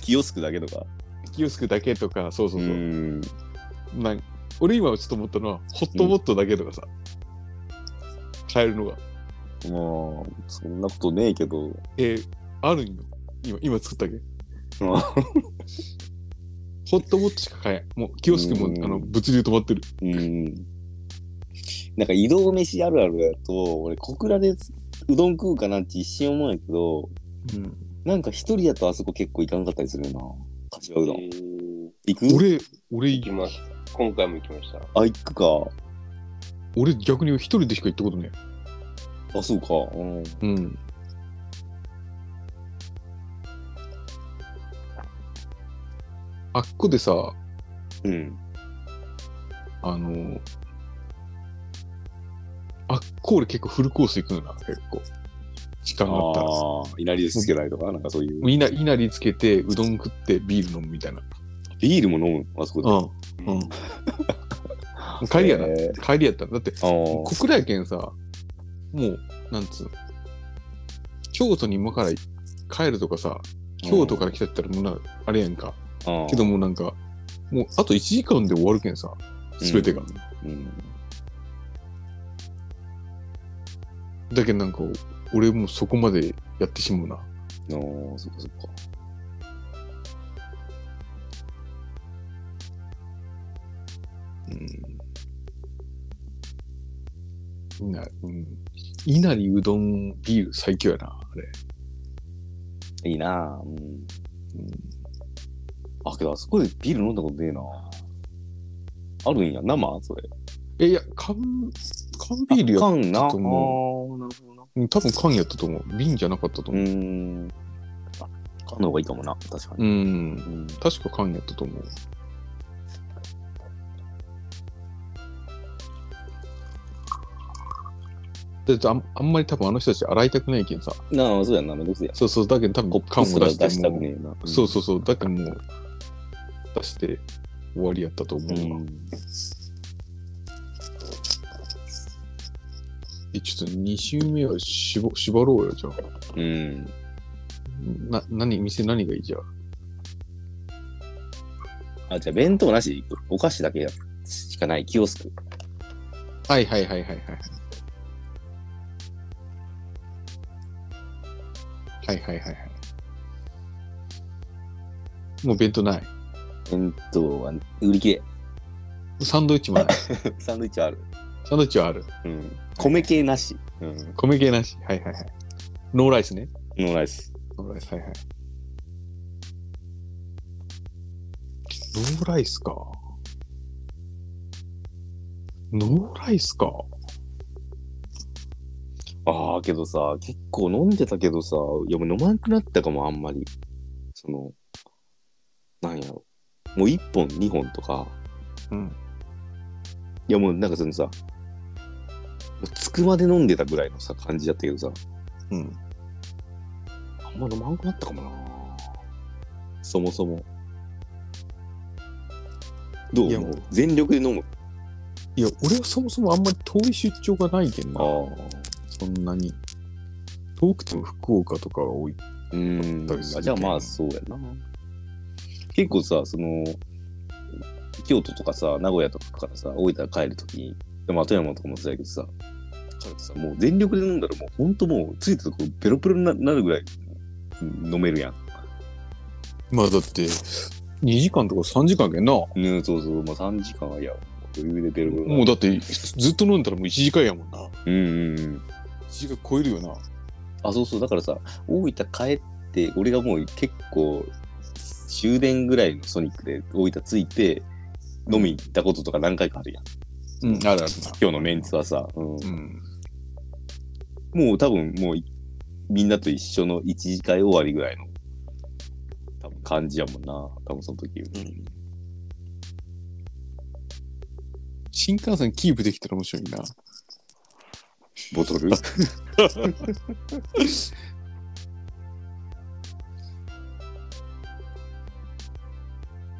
Speaker 1: キヨスクだけとか。
Speaker 2: キオスクだけとか、そうそうそう。
Speaker 1: ん。
Speaker 2: なん俺今ちょっと思ったのは、ホットモットだけとかさ、買えるのが、
Speaker 1: まあ、そんなことねえけど。
Speaker 2: えーあるんよ。今、今作ったっけ
Speaker 1: うん
Speaker 2: ホットモットしか買えん。もう、キオスクも
Speaker 1: うん
Speaker 2: あの物流止まってる。
Speaker 1: うん。なんか移動飯あるあるやと、俺、小倉でうどん食うかなって一瞬思うんやけど、なんか一人やとあそこ結構行かなかったりするよな。柏うど
Speaker 4: え
Speaker 1: ん。
Speaker 4: ー
Speaker 1: 行く
Speaker 2: 俺、俺
Speaker 4: 行、きます。今回も行きました。
Speaker 1: あ、行くか。
Speaker 2: 俺逆に一人でしか行ったことね
Speaker 1: あ、そうか。うん。
Speaker 2: え。うん。あっこでさ、
Speaker 1: うん。
Speaker 2: あの、あっこ俺結構フルコース行くのよな、結構。時間があったら。
Speaker 1: ああ、いなりでつけないとか、なんかそういう。
Speaker 2: いな、いなりつけて、うどん食って、ビール飲むみたいな。
Speaker 1: ビールも飲む、あそこで。
Speaker 2: うん。うん。帰りやな。
Speaker 1: えー
Speaker 2: 帰りやったら。だって、
Speaker 1: あー
Speaker 2: 小倉やけんさ、もう、なんつうの。京都に今から帰るとかさ、京都から来たったらもうな、あれやんか。
Speaker 1: うん
Speaker 2: けどもうなんか、もうあと1時間で終わるけんさ、すべてが。
Speaker 1: うん。
Speaker 2: だけどなんか、俺もうそこまでやってしまうな。
Speaker 1: ああ、そっかそっか。
Speaker 2: いな、うん。いなりうどん、ビール最強やな、あれ。
Speaker 1: いいなあうん。あ、けどあそこでビール飲んだことねえなあるんや、生それ。
Speaker 2: え、いや、缶、缶ビールや
Speaker 1: あ缶な。
Speaker 2: ったと思
Speaker 1: ああ、なるほどな。
Speaker 2: う。多分缶やったと思う。瓶じゃなかったと
Speaker 1: うー
Speaker 2: 思う。
Speaker 1: ん。あ、缶の方がいいかもな、確か
Speaker 2: う
Speaker 1: に。
Speaker 2: ん。
Speaker 1: うん。
Speaker 2: 確か缶やったと思う。だってあんあんまり多分あの人たち洗いたくないけんさ。
Speaker 1: なあ、そうやんな、めんどくせえや。
Speaker 2: そうそう、だけど多分
Speaker 1: 缶
Speaker 2: 缶を
Speaker 1: も
Speaker 2: 出
Speaker 1: 出
Speaker 2: し
Speaker 1: して出したく
Speaker 2: もう
Speaker 1: ねえな。
Speaker 2: そうそうそう、だからもう出して終わりやったと思う
Speaker 1: う
Speaker 2: な。
Speaker 1: ん。
Speaker 2: え、ちょっと2周目はしぼ縛ろうよ、じゃあ。
Speaker 1: うん。
Speaker 2: な、何、店何がいいじゃあ。
Speaker 1: あ、じゃあ弁当なしで行く。お菓子だけやしかない、キオスク。
Speaker 2: はいはいはいはいはい。はいはいはいはい。もう弁当ない。
Speaker 1: 弁当は売り切れ。
Speaker 2: サンドイッチも ない。
Speaker 1: サンドイッチはある。
Speaker 2: サンドイッチはある。
Speaker 1: うん。米系なし。うん。
Speaker 2: 米系なし。はいはいはい。ノーライスね。
Speaker 1: ノーライス。
Speaker 2: ノーライス、はいはい。ノーライスか。ノーライスか。
Speaker 1: ああ、けどさ、結構飲んでたけどさ、いやもう飲まなくなったかも、あんまり。その、なんやろ。もう1本、2本とか。
Speaker 2: うん。
Speaker 1: いやもうなんかそのさ、もうつくまで飲んでたぐらいのさ、感じだったけどさ、
Speaker 2: うん。
Speaker 1: あんま飲まなくなったかもな。そもそも。ど
Speaker 2: いうや
Speaker 1: も
Speaker 2: もう
Speaker 1: う全力で飲む。
Speaker 2: いや、俺はそもそもあんまり遠い出張がないけん
Speaker 1: あ
Speaker 2: な
Speaker 1: あ。。
Speaker 2: そんなに。遠くても福岡とかが多い。
Speaker 1: うん。あじゃあまあ、そうやな。結構さ、その、京都とかさ、名古屋とかからさ、大分帰るときに、でも、富山とかもそうやけどさ、帰るとさ、もう全力で飲んだら、もうほんともう、ついたところベロベロにななるぐらい飲めるやん。
Speaker 2: まあだって、2時間とか3時間けんな。も
Speaker 1: ね、そうそう、まあ3時間は、いや、余裕でベロベロになる
Speaker 2: うだって、ずっと飲んだらもう1時間やもんな。1
Speaker 1: うんうんうん。
Speaker 2: 時間超えるよな。
Speaker 1: あ、そうそう、だからさ、大分帰って、俺がもう結構、終電ぐらいのソニックで大分着いて、飲み行ったこととか何回かあるやん。
Speaker 2: うん、あるある
Speaker 1: 今日のメンツはさ、うん
Speaker 2: な。うん。
Speaker 1: もう多分もうい、みんなと一緒の一次会終わりぐらいの、多分感じやもんな、多分その時。
Speaker 2: 新幹線キープできたら面白い な。
Speaker 1: ボトル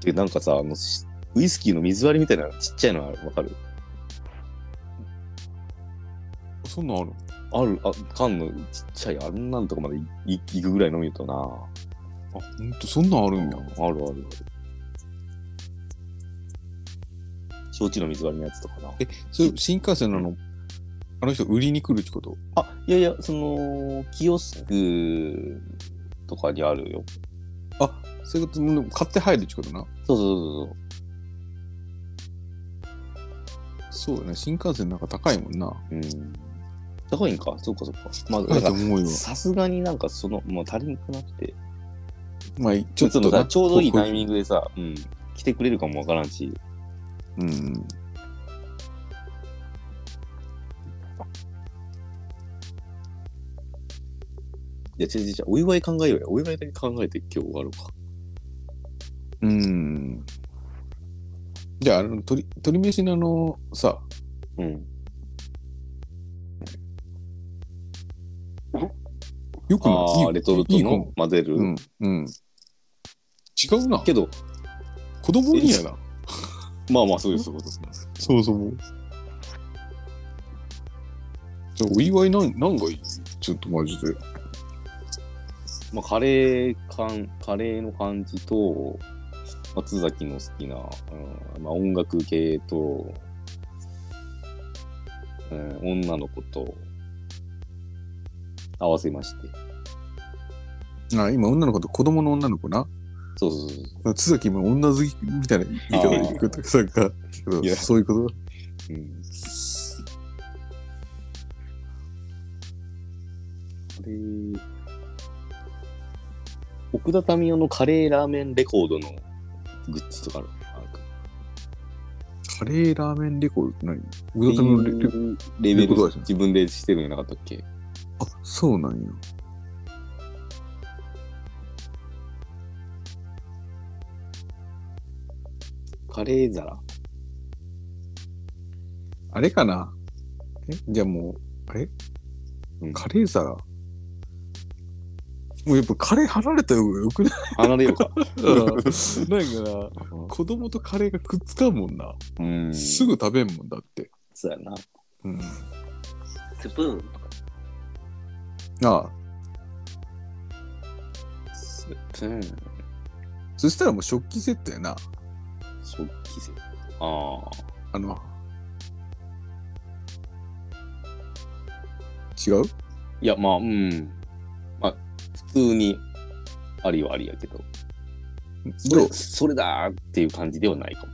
Speaker 1: で、なんかさ、あの、しウイスキーの水割りみたいなちっちゃいのあるわかる
Speaker 2: そんなんある
Speaker 1: ある、あ、缶のちっちゃい、あんなんとかまでいい行くぐらい飲みよったな。
Speaker 2: あ、ほんと、そんなんあるんや。
Speaker 1: あるあるある。焼酎の水割りのやつとかな。
Speaker 2: え、それ新幹線なの、あの人売りに来るってこと
Speaker 1: あ、いやいや、その、キオスクとかにあるよ。
Speaker 2: そういうこと、もう買って入るってことな。
Speaker 1: そうそうそう
Speaker 2: そうだね、新幹線なんか高いもんな。
Speaker 1: そう。うん。高いんか、そうかそうか。まあ、
Speaker 2: 高
Speaker 1: ないん
Speaker 2: と
Speaker 1: か、
Speaker 2: 思うよ。
Speaker 1: さすがになんかその、もう足りなくなって。
Speaker 2: まあ、
Speaker 1: ち
Speaker 2: ち
Speaker 1: ょ
Speaker 2: ょ
Speaker 1: っ
Speaker 2: っ
Speaker 1: とだ
Speaker 2: と
Speaker 1: から
Speaker 2: な
Speaker 1: ちょうどいい
Speaker 2: こ
Speaker 1: タイミングでさ、うん、来てくれるかもわからんし。
Speaker 2: うん。
Speaker 1: いや、違う違う違う、お祝い考えようや。お祝いだけ考えて今日終わろうか。
Speaker 2: うん。じゃあ、あの、鳥、鳥飯のあの、さ、
Speaker 1: うん。
Speaker 2: よくないい
Speaker 1: あ
Speaker 2: い
Speaker 1: あ、レトルト
Speaker 2: いい
Speaker 1: の混ぜる。
Speaker 2: うん、うん。違うな。
Speaker 1: けど、
Speaker 2: 子供にやな。
Speaker 1: まあまあ、そうです、そうです。
Speaker 2: そうそう。じゃあ、お祝いなん、なんがいいちょっとマジで。
Speaker 1: まあ、カレー感、カレーの感じと、松崎の好きな、うんまあ、音楽系と、うん、女の子と、合わせまして。
Speaker 2: あ、今、女の子と子供の女の子な。
Speaker 1: そうそうそう
Speaker 2: 津崎も女好きみたいな言い方で言うとさんか、
Speaker 1: いや
Speaker 2: そういうこと
Speaker 1: そう。うん、カレー、奥田民生のカレーラーメンレコードのグッズとかある。
Speaker 2: カレーラーメンレコードって何
Speaker 1: 奥
Speaker 2: うどたのレレ
Speaker 1: レベ
Speaker 2: レコード
Speaker 1: ル
Speaker 2: 会社
Speaker 1: 自分でしてるんやなかったっけ
Speaker 2: あ、そうなんや。
Speaker 1: カレー皿
Speaker 2: あれかなえじゃあもう、あれ、
Speaker 1: うん
Speaker 2: カレー皿もうやっぱカレー離れた方がよくない
Speaker 1: 離れようか。
Speaker 2: なんかな、 子供とカレーがくっつかんもんな。
Speaker 1: うん。
Speaker 2: すぐ食べんもんだって。
Speaker 1: そうやな。
Speaker 2: うん。
Speaker 4: スプーンとか。
Speaker 2: ああ、
Speaker 1: スプーン、
Speaker 2: そしたらもう食器セットやな。
Speaker 1: 食器セット。ああ。
Speaker 2: あの、違う
Speaker 1: いや、まあ、うん。まあ、普通に、ありはありやけど、そ
Speaker 2: どう
Speaker 1: れ、それだーっていう感じではないかも。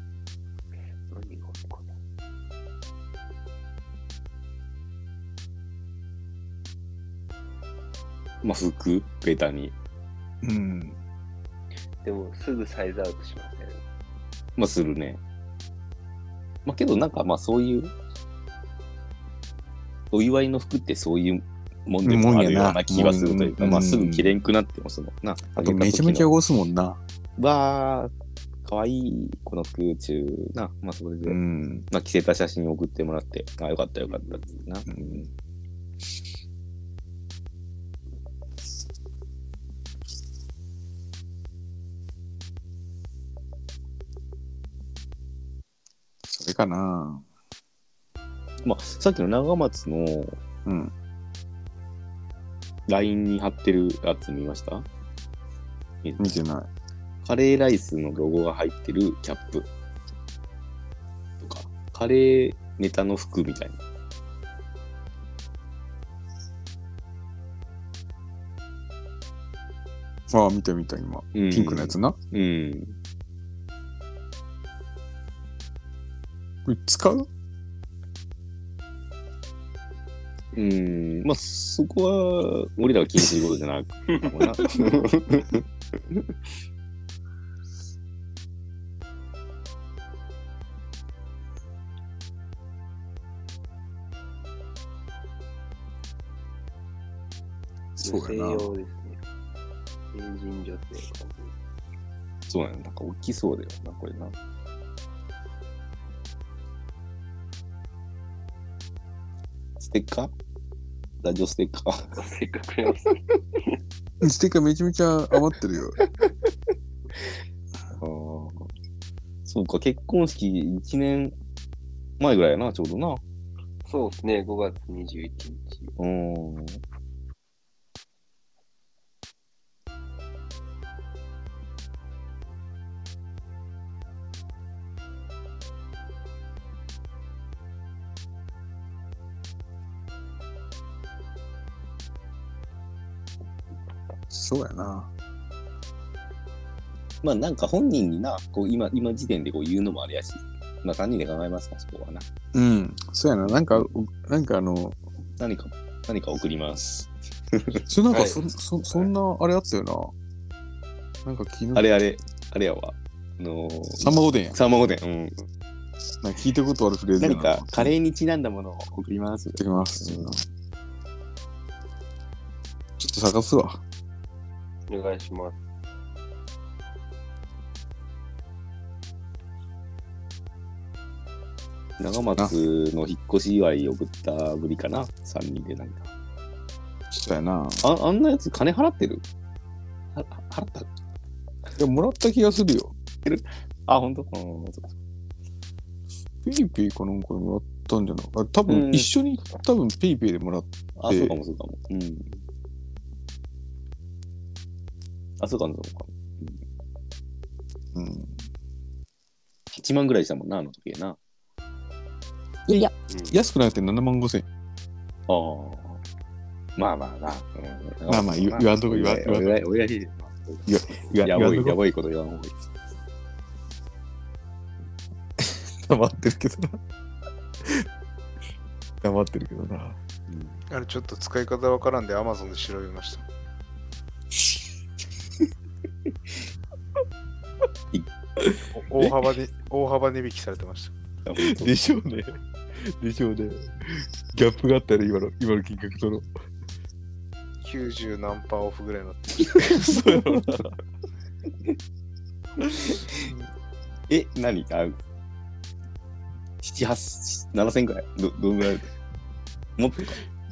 Speaker 4: 何があるかな
Speaker 1: まあ、服、ベタに。
Speaker 2: うん。
Speaker 4: でも、すぐサイズアウトしません。
Speaker 1: まあ、するね。まあ、けど、なんか、まあ、そういう、お祝いの服ってそういうもんでもあるような気がするというか、
Speaker 2: もん
Speaker 1: まあ、
Speaker 2: やなうん
Speaker 1: すぐ着れんくなっても、その、な、
Speaker 2: あとめちゃめちゃ汚すもんな。
Speaker 1: わー、かわいい、この服中な、まあ、それで、
Speaker 2: うん。
Speaker 1: まあ、着せた写真を送ってもらって、あ、よかったよかったっつってな。
Speaker 2: うんかな。
Speaker 1: まあ、さっきの長松の
Speaker 2: うん。
Speaker 1: LINE に貼ってるやつ見ましたえ
Speaker 2: 見てない。
Speaker 1: カレーライスのロゴが入ってるキャップとか、カレーネタの服みたいな。
Speaker 2: ああ、見た見た、今。
Speaker 1: うん
Speaker 2: ピンクのやつな。
Speaker 1: うん。
Speaker 2: これ使う
Speaker 1: うん。まあ、そこは、俺らが気にすることじゃなくかもな。
Speaker 2: そうや
Speaker 4: 女
Speaker 2: な。
Speaker 4: 性用ですね。変人女性の感
Speaker 1: そうやなの。なんか大きそうだよな、これな。ステッカーラジオステッカー。
Speaker 4: じ。せっかくやった。
Speaker 2: ステッカーめちゃめちゃ余ってるよ。
Speaker 1: そうか、結婚式1年前ぐらいやな、ちょうどな。
Speaker 4: そうですね、5月21日。
Speaker 1: うん。
Speaker 2: そうやな。
Speaker 1: まあなんか本人にな、こう今、今時点でこう言うのもあれやし、まあ3人で考えますか、そこはな。
Speaker 2: うん。そうやな。なんか、なんかあの、
Speaker 1: 何か、何か送ります。
Speaker 2: そなんか
Speaker 5: はい
Speaker 2: そ、そ、そんな、あれあったよな。なんか昨日、
Speaker 1: あれあれ、あれやわ。あのー、
Speaker 2: サンマおでんや。
Speaker 1: サンマ御殿。うん。
Speaker 2: なんか聞いたことあるフレーズやな
Speaker 1: 何かカレーにちなんだものを送ります
Speaker 2: やっ。てきます。ちょっと探すわ。
Speaker 4: お願いします。
Speaker 1: 長松の引っ越し祝い送ったぶりかな、3人でなんか。
Speaker 2: そうやな。
Speaker 1: ああんなやつ金払ってるは払った
Speaker 2: でももらった気がするよ。
Speaker 1: あ、ほんとうんそっか
Speaker 2: ペイペイかなんかでもらったんじゃないあ多
Speaker 1: う
Speaker 2: 分
Speaker 1: ん
Speaker 2: 一緒に、多分ペイペイでもらった。
Speaker 1: あ、
Speaker 2: ええ
Speaker 1: そうかもそうかも。うん。あ、そうかもそうかも。
Speaker 2: うん。
Speaker 1: 8万ぐらいしたもんな、あの時な。
Speaker 4: うん
Speaker 2: 安くなくて7万5千円。
Speaker 1: ああ。まあまあまあ。うん
Speaker 2: まあまあ言わ言わんとこ言わん
Speaker 1: おやおやじ
Speaker 2: や
Speaker 1: やばい、や
Speaker 2: ば
Speaker 1: ばいこと言わんほうがいい。
Speaker 2: 黙ってるけどな。 黙ってるけどな。
Speaker 5: あれちょっと使い方わからんで Amazon で調べ ました。お大幅に大幅値引きされてました。
Speaker 2: でしょうね。でしょうね。ギャップがあったよね、今の、今の金額との。
Speaker 5: 90何パーオフぐらいの。
Speaker 2: そうやろな。
Speaker 1: え、何あ、七八、七千ぐらいど、どんぐらいもっとか。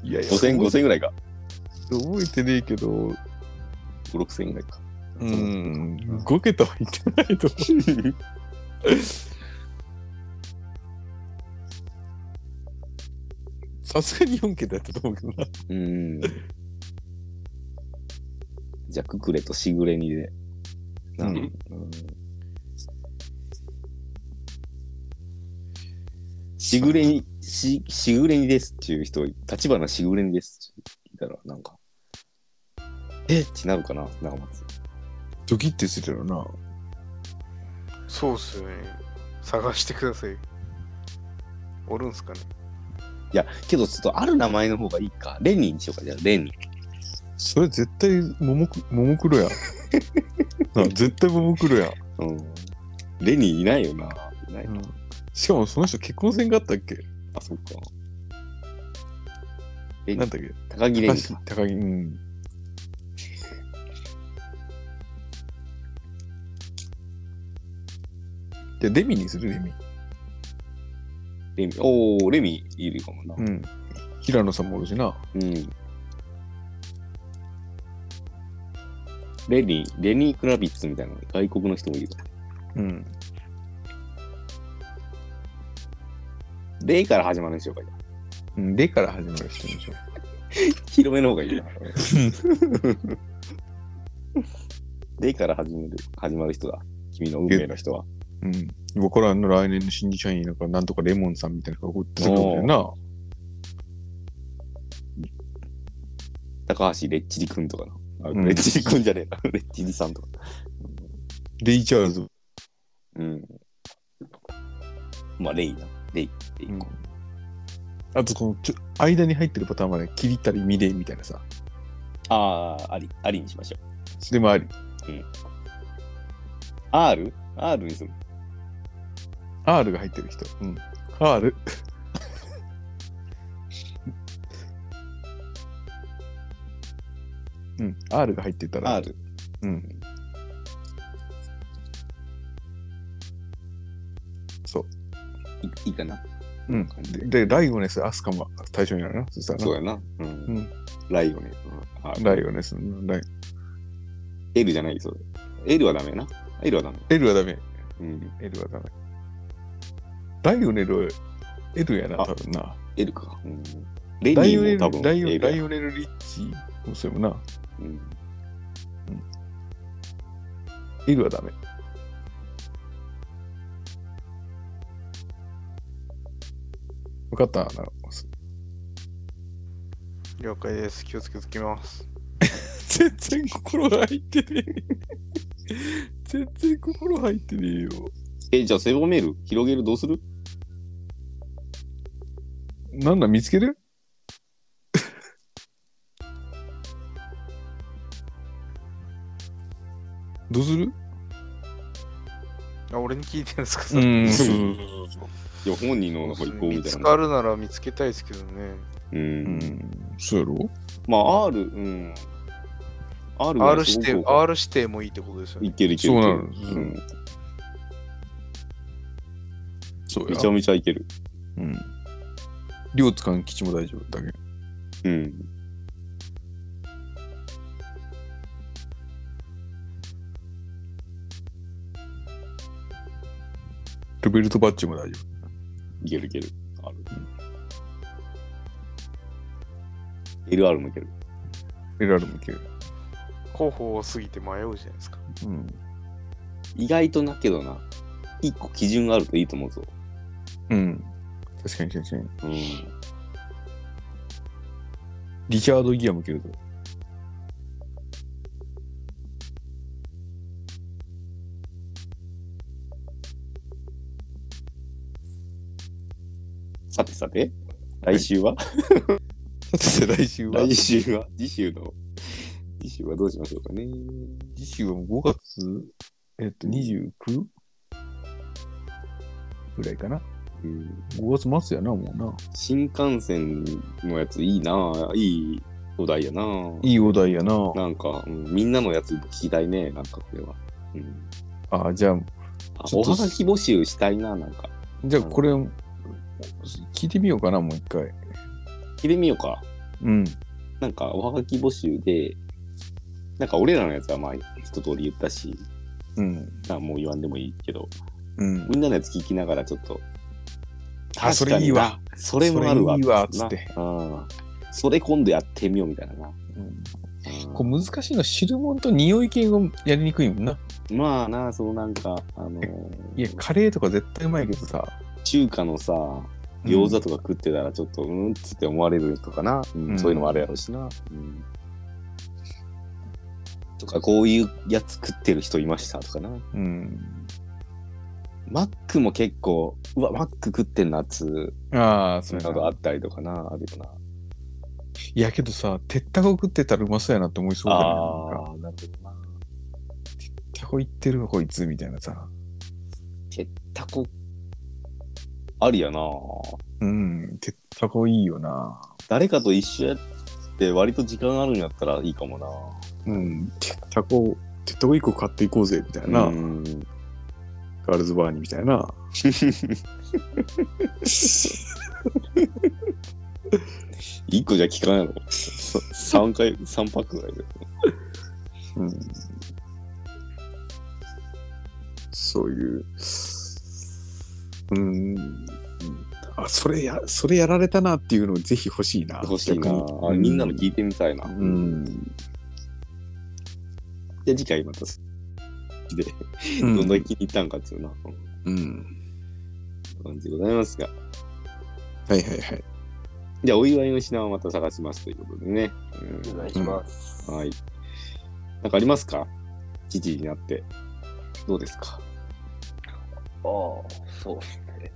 Speaker 2: いやいや、
Speaker 1: 五千、五千ぐらいか。
Speaker 2: 覚えてねえけど、
Speaker 1: 五六千ぐらいか。
Speaker 2: うん、5桁はいってないと思う。さすがに4桁やったと思うけどな。
Speaker 1: うん。じゃあ、ククレとしぐれにで。
Speaker 2: うん
Speaker 1: うんしぐれに、し、しぐれにですっていう人、立花しぐれにですって言ったら、なんか、えってなるかな、長松。
Speaker 2: ドキッてするよな。
Speaker 5: そうっすよね。探してください。おるんすかね。
Speaker 1: いや、けど、ちょっとある名前の方がいいか。レニーにしようか、じゃあ、レニー。
Speaker 2: それ絶対ももく、ももク ロやん。な絶対ももクロやん。
Speaker 1: うん。レニーいないよな。いない
Speaker 2: うんしかもその人結婚せんかったっけ
Speaker 1: あ、そっか。レニ
Speaker 2: なん
Speaker 1: ー、
Speaker 2: だっけ
Speaker 1: 高木レニ
Speaker 2: 高
Speaker 1: ー
Speaker 2: 木
Speaker 1: か。、
Speaker 2: 高木、うん。じゃあ、デミにするデミ。
Speaker 1: レミ、おー、レミいるかもな。
Speaker 2: うん。平野さんもおるしな。
Speaker 1: うん。レニー、レニー・クラビッツみたいな外国の人もいるから。
Speaker 2: うん。
Speaker 1: 例から始まるんでしょうか。
Speaker 2: うん、でから始まる人でしょ。
Speaker 1: 広めの方がいい な。例から始める始まる人だ。君の運命の人は。
Speaker 2: うん。僕らの来年の新入社員なんか、なんとかレモンさんみたいなのが送ってくるんだよな。
Speaker 1: 高橋レッチリ君とかな。あ
Speaker 2: うん
Speaker 1: レッチリ君じゃねえな。レッチリさんとか。
Speaker 2: レイチャーズ。
Speaker 1: うん。まあ、レイな。レイ。レイ
Speaker 2: あと、このちょ、間に入ってるパターンはね、切りたり見れみたいなさ。
Speaker 1: ああ、あり、ありにしましょう。
Speaker 2: それもあり。
Speaker 1: R?R にする。
Speaker 2: R が入ってる人。うん。R。うん。R が入ってたら。。
Speaker 1: R。
Speaker 2: うん。そう。
Speaker 1: いいいかな。
Speaker 2: うん。で、でライオネス、アスカも対象になるな。そしたらな
Speaker 1: そうやな。うん。
Speaker 2: ん
Speaker 1: ライオネ。うんあ
Speaker 2: ライオネス、ライ
Speaker 1: L じゃない、それ。L はダメな。L はダメ。
Speaker 2: L はダメ。
Speaker 1: うん。
Speaker 2: L はダメ。ライオネル、L やな、
Speaker 1: あ
Speaker 2: 多分な。
Speaker 1: L か。うん。レ
Speaker 2: ライオネ
Speaker 1: イ
Speaker 2: ル、
Speaker 1: も多分
Speaker 2: ライオ
Speaker 1: L や
Speaker 2: ライオネル・リッチーもそうやもんな。
Speaker 1: うん。
Speaker 2: L はダメ。分かったな。
Speaker 5: 了解です。気をつけときます。
Speaker 2: 全然心入ってねえ。全然心入ってねえよ。
Speaker 1: え、じゃあ、セボメール、広げるどうする
Speaker 2: なんだ、見つけ るどうする
Speaker 5: あ、俺に聞いてるんですか、
Speaker 2: う、
Speaker 1: うんそう
Speaker 2: う
Speaker 1: いや、本人のなんか意向
Speaker 5: 見
Speaker 1: みた
Speaker 5: つ
Speaker 1: いな。
Speaker 5: かるなら見つけたいですけどね。
Speaker 1: うん
Speaker 2: ん、そうやろ
Speaker 1: まあ、R、うん。R は
Speaker 5: R
Speaker 1: す
Speaker 5: 指
Speaker 1: ごく
Speaker 5: 定、R 指定もいいってことですよね。
Speaker 1: いけるいける。
Speaker 2: そうなの
Speaker 1: いけるうん
Speaker 2: そう
Speaker 1: め
Speaker 2: や
Speaker 1: ちゃ。めちゃいける。
Speaker 2: うん。両津勘吉も大丈夫だけど。
Speaker 1: うん。
Speaker 2: ルベルト・バッチも大丈
Speaker 1: いけるいける。R。LR もいける。
Speaker 2: 夫。エラルもいける。
Speaker 5: 候補多すぎて迷うじゃないですか。
Speaker 2: うん。
Speaker 1: 意外となけどな。一個基準があるといいと思うぞ。
Speaker 2: うん。確かに確かに。
Speaker 1: うん。
Speaker 2: リチャード・ギアもいけるぞ。
Speaker 1: さてさて、来週は、
Speaker 2: さ て、来週は
Speaker 1: 来週は 次週の、次週はどうしましょうかね。
Speaker 2: 次週はもう5月、えっと、29? ぐらいかな。
Speaker 1: うん
Speaker 2: 5月末やな、もうな。
Speaker 1: 新幹線のやついいないいお題やない
Speaker 2: いお題やな。
Speaker 1: なんか、うんみんなのやつ聞きたいねなんかこれは、うん、
Speaker 2: あ、じゃあ、
Speaker 1: あ
Speaker 2: ちょ
Speaker 1: お
Speaker 2: っと
Speaker 1: はがき募集したいななんか
Speaker 2: じゃあこれ、聞いてみようかな、もう一回。
Speaker 1: 聞いてみようか
Speaker 2: うん。
Speaker 1: なんかおはがき募集でなんか俺らのやつはまあ一通り言ったし
Speaker 2: うん。
Speaker 1: なんかもう言わんでもいいけど
Speaker 2: うん。
Speaker 1: みんなのやつ聞きながらちょっと
Speaker 2: あそれいいわ
Speaker 1: それもあるわ
Speaker 2: それいいわつって
Speaker 1: なうんそれ今度やってみようみたいなな、うん
Speaker 2: こう難しいのは汁物と匂い系がやりにくいもんな。
Speaker 1: まあなそのなんかあの
Speaker 2: いや、カレーとか絶対うまいけどさ。
Speaker 1: 中華のさ
Speaker 2: うん
Speaker 1: 餃子とか食ってたらちょっとうんっつって思われるとかな、うん
Speaker 2: うん
Speaker 1: そういうのもあるやろうしな、うんとかこういうやつ食ってる人いましたとかな
Speaker 2: うん。
Speaker 1: マックも結構うわマック食ってんなっつ
Speaker 2: ああ、
Speaker 1: う
Speaker 2: そう
Speaker 1: な
Speaker 2: や
Speaker 1: どあ
Speaker 2: な。
Speaker 1: ったりとかなあるよない
Speaker 2: や、けどさ、鉄タコ食ってたらうまそうやなって思いそうだよね。なんか
Speaker 1: あーなるほどな
Speaker 2: 鉄タコ行ってるわ、こいつ、みたいなさ。
Speaker 1: タコありやな
Speaker 2: うん。鉄タコいいよな。
Speaker 1: 誰かと一緒やって割と時間あるんやったらいいかもな
Speaker 2: うん。鉄タコ、鉄タコ1個買っていこうぜ、みたいな。
Speaker 1: うん
Speaker 2: ガールズバーにみたいな。
Speaker 1: 一個じゃ効かないの ?3 回、3パックぐらいで。
Speaker 2: うんそういう、うん、あ、それや、それやられたなっていうのをぜひ欲しいな。
Speaker 1: 欲しいな。
Speaker 2: 逆に
Speaker 1: あみんなの聞いてみたいな。
Speaker 2: うん。
Speaker 1: で、次回また、で、
Speaker 2: う
Speaker 1: ど
Speaker 2: ん。
Speaker 1: んだけ気に入ったんかっていうな、
Speaker 2: うん。
Speaker 1: 感じでございますが。
Speaker 2: はいはいはい。
Speaker 1: じゃあ、お祝いの品をまた探しますということでね。
Speaker 4: お願いします。
Speaker 1: うん、はい。なんかありますか記事になって。どうですか
Speaker 4: ああ、そうっすね。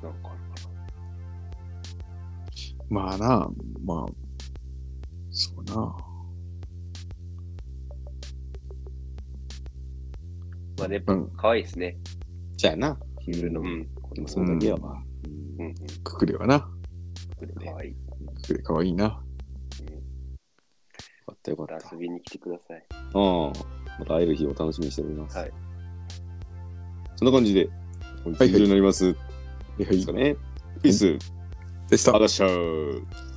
Speaker 4: なんかあるか
Speaker 2: まあな、まあ、そうな。
Speaker 4: な。まあ、やっぱ
Speaker 2: うん、
Speaker 4: 可愛いですね。
Speaker 1: じゃあな。
Speaker 4: 着るの。うん。
Speaker 1: でもそれだけやわ。
Speaker 4: うんうん。
Speaker 2: くくれはな。
Speaker 4: これ可愛い。
Speaker 2: くくれかわいいな。
Speaker 1: よかったよか
Speaker 4: ま
Speaker 1: ったた。
Speaker 4: 遊びに来てください。
Speaker 1: うん。また会える日を楽しみにしております。
Speaker 4: はい。
Speaker 1: そんな感じで、
Speaker 2: はい
Speaker 1: 以上になります。
Speaker 2: はいは
Speaker 1: ですかね。ピース、
Speaker 2: でした
Speaker 1: あ。らっしゃー。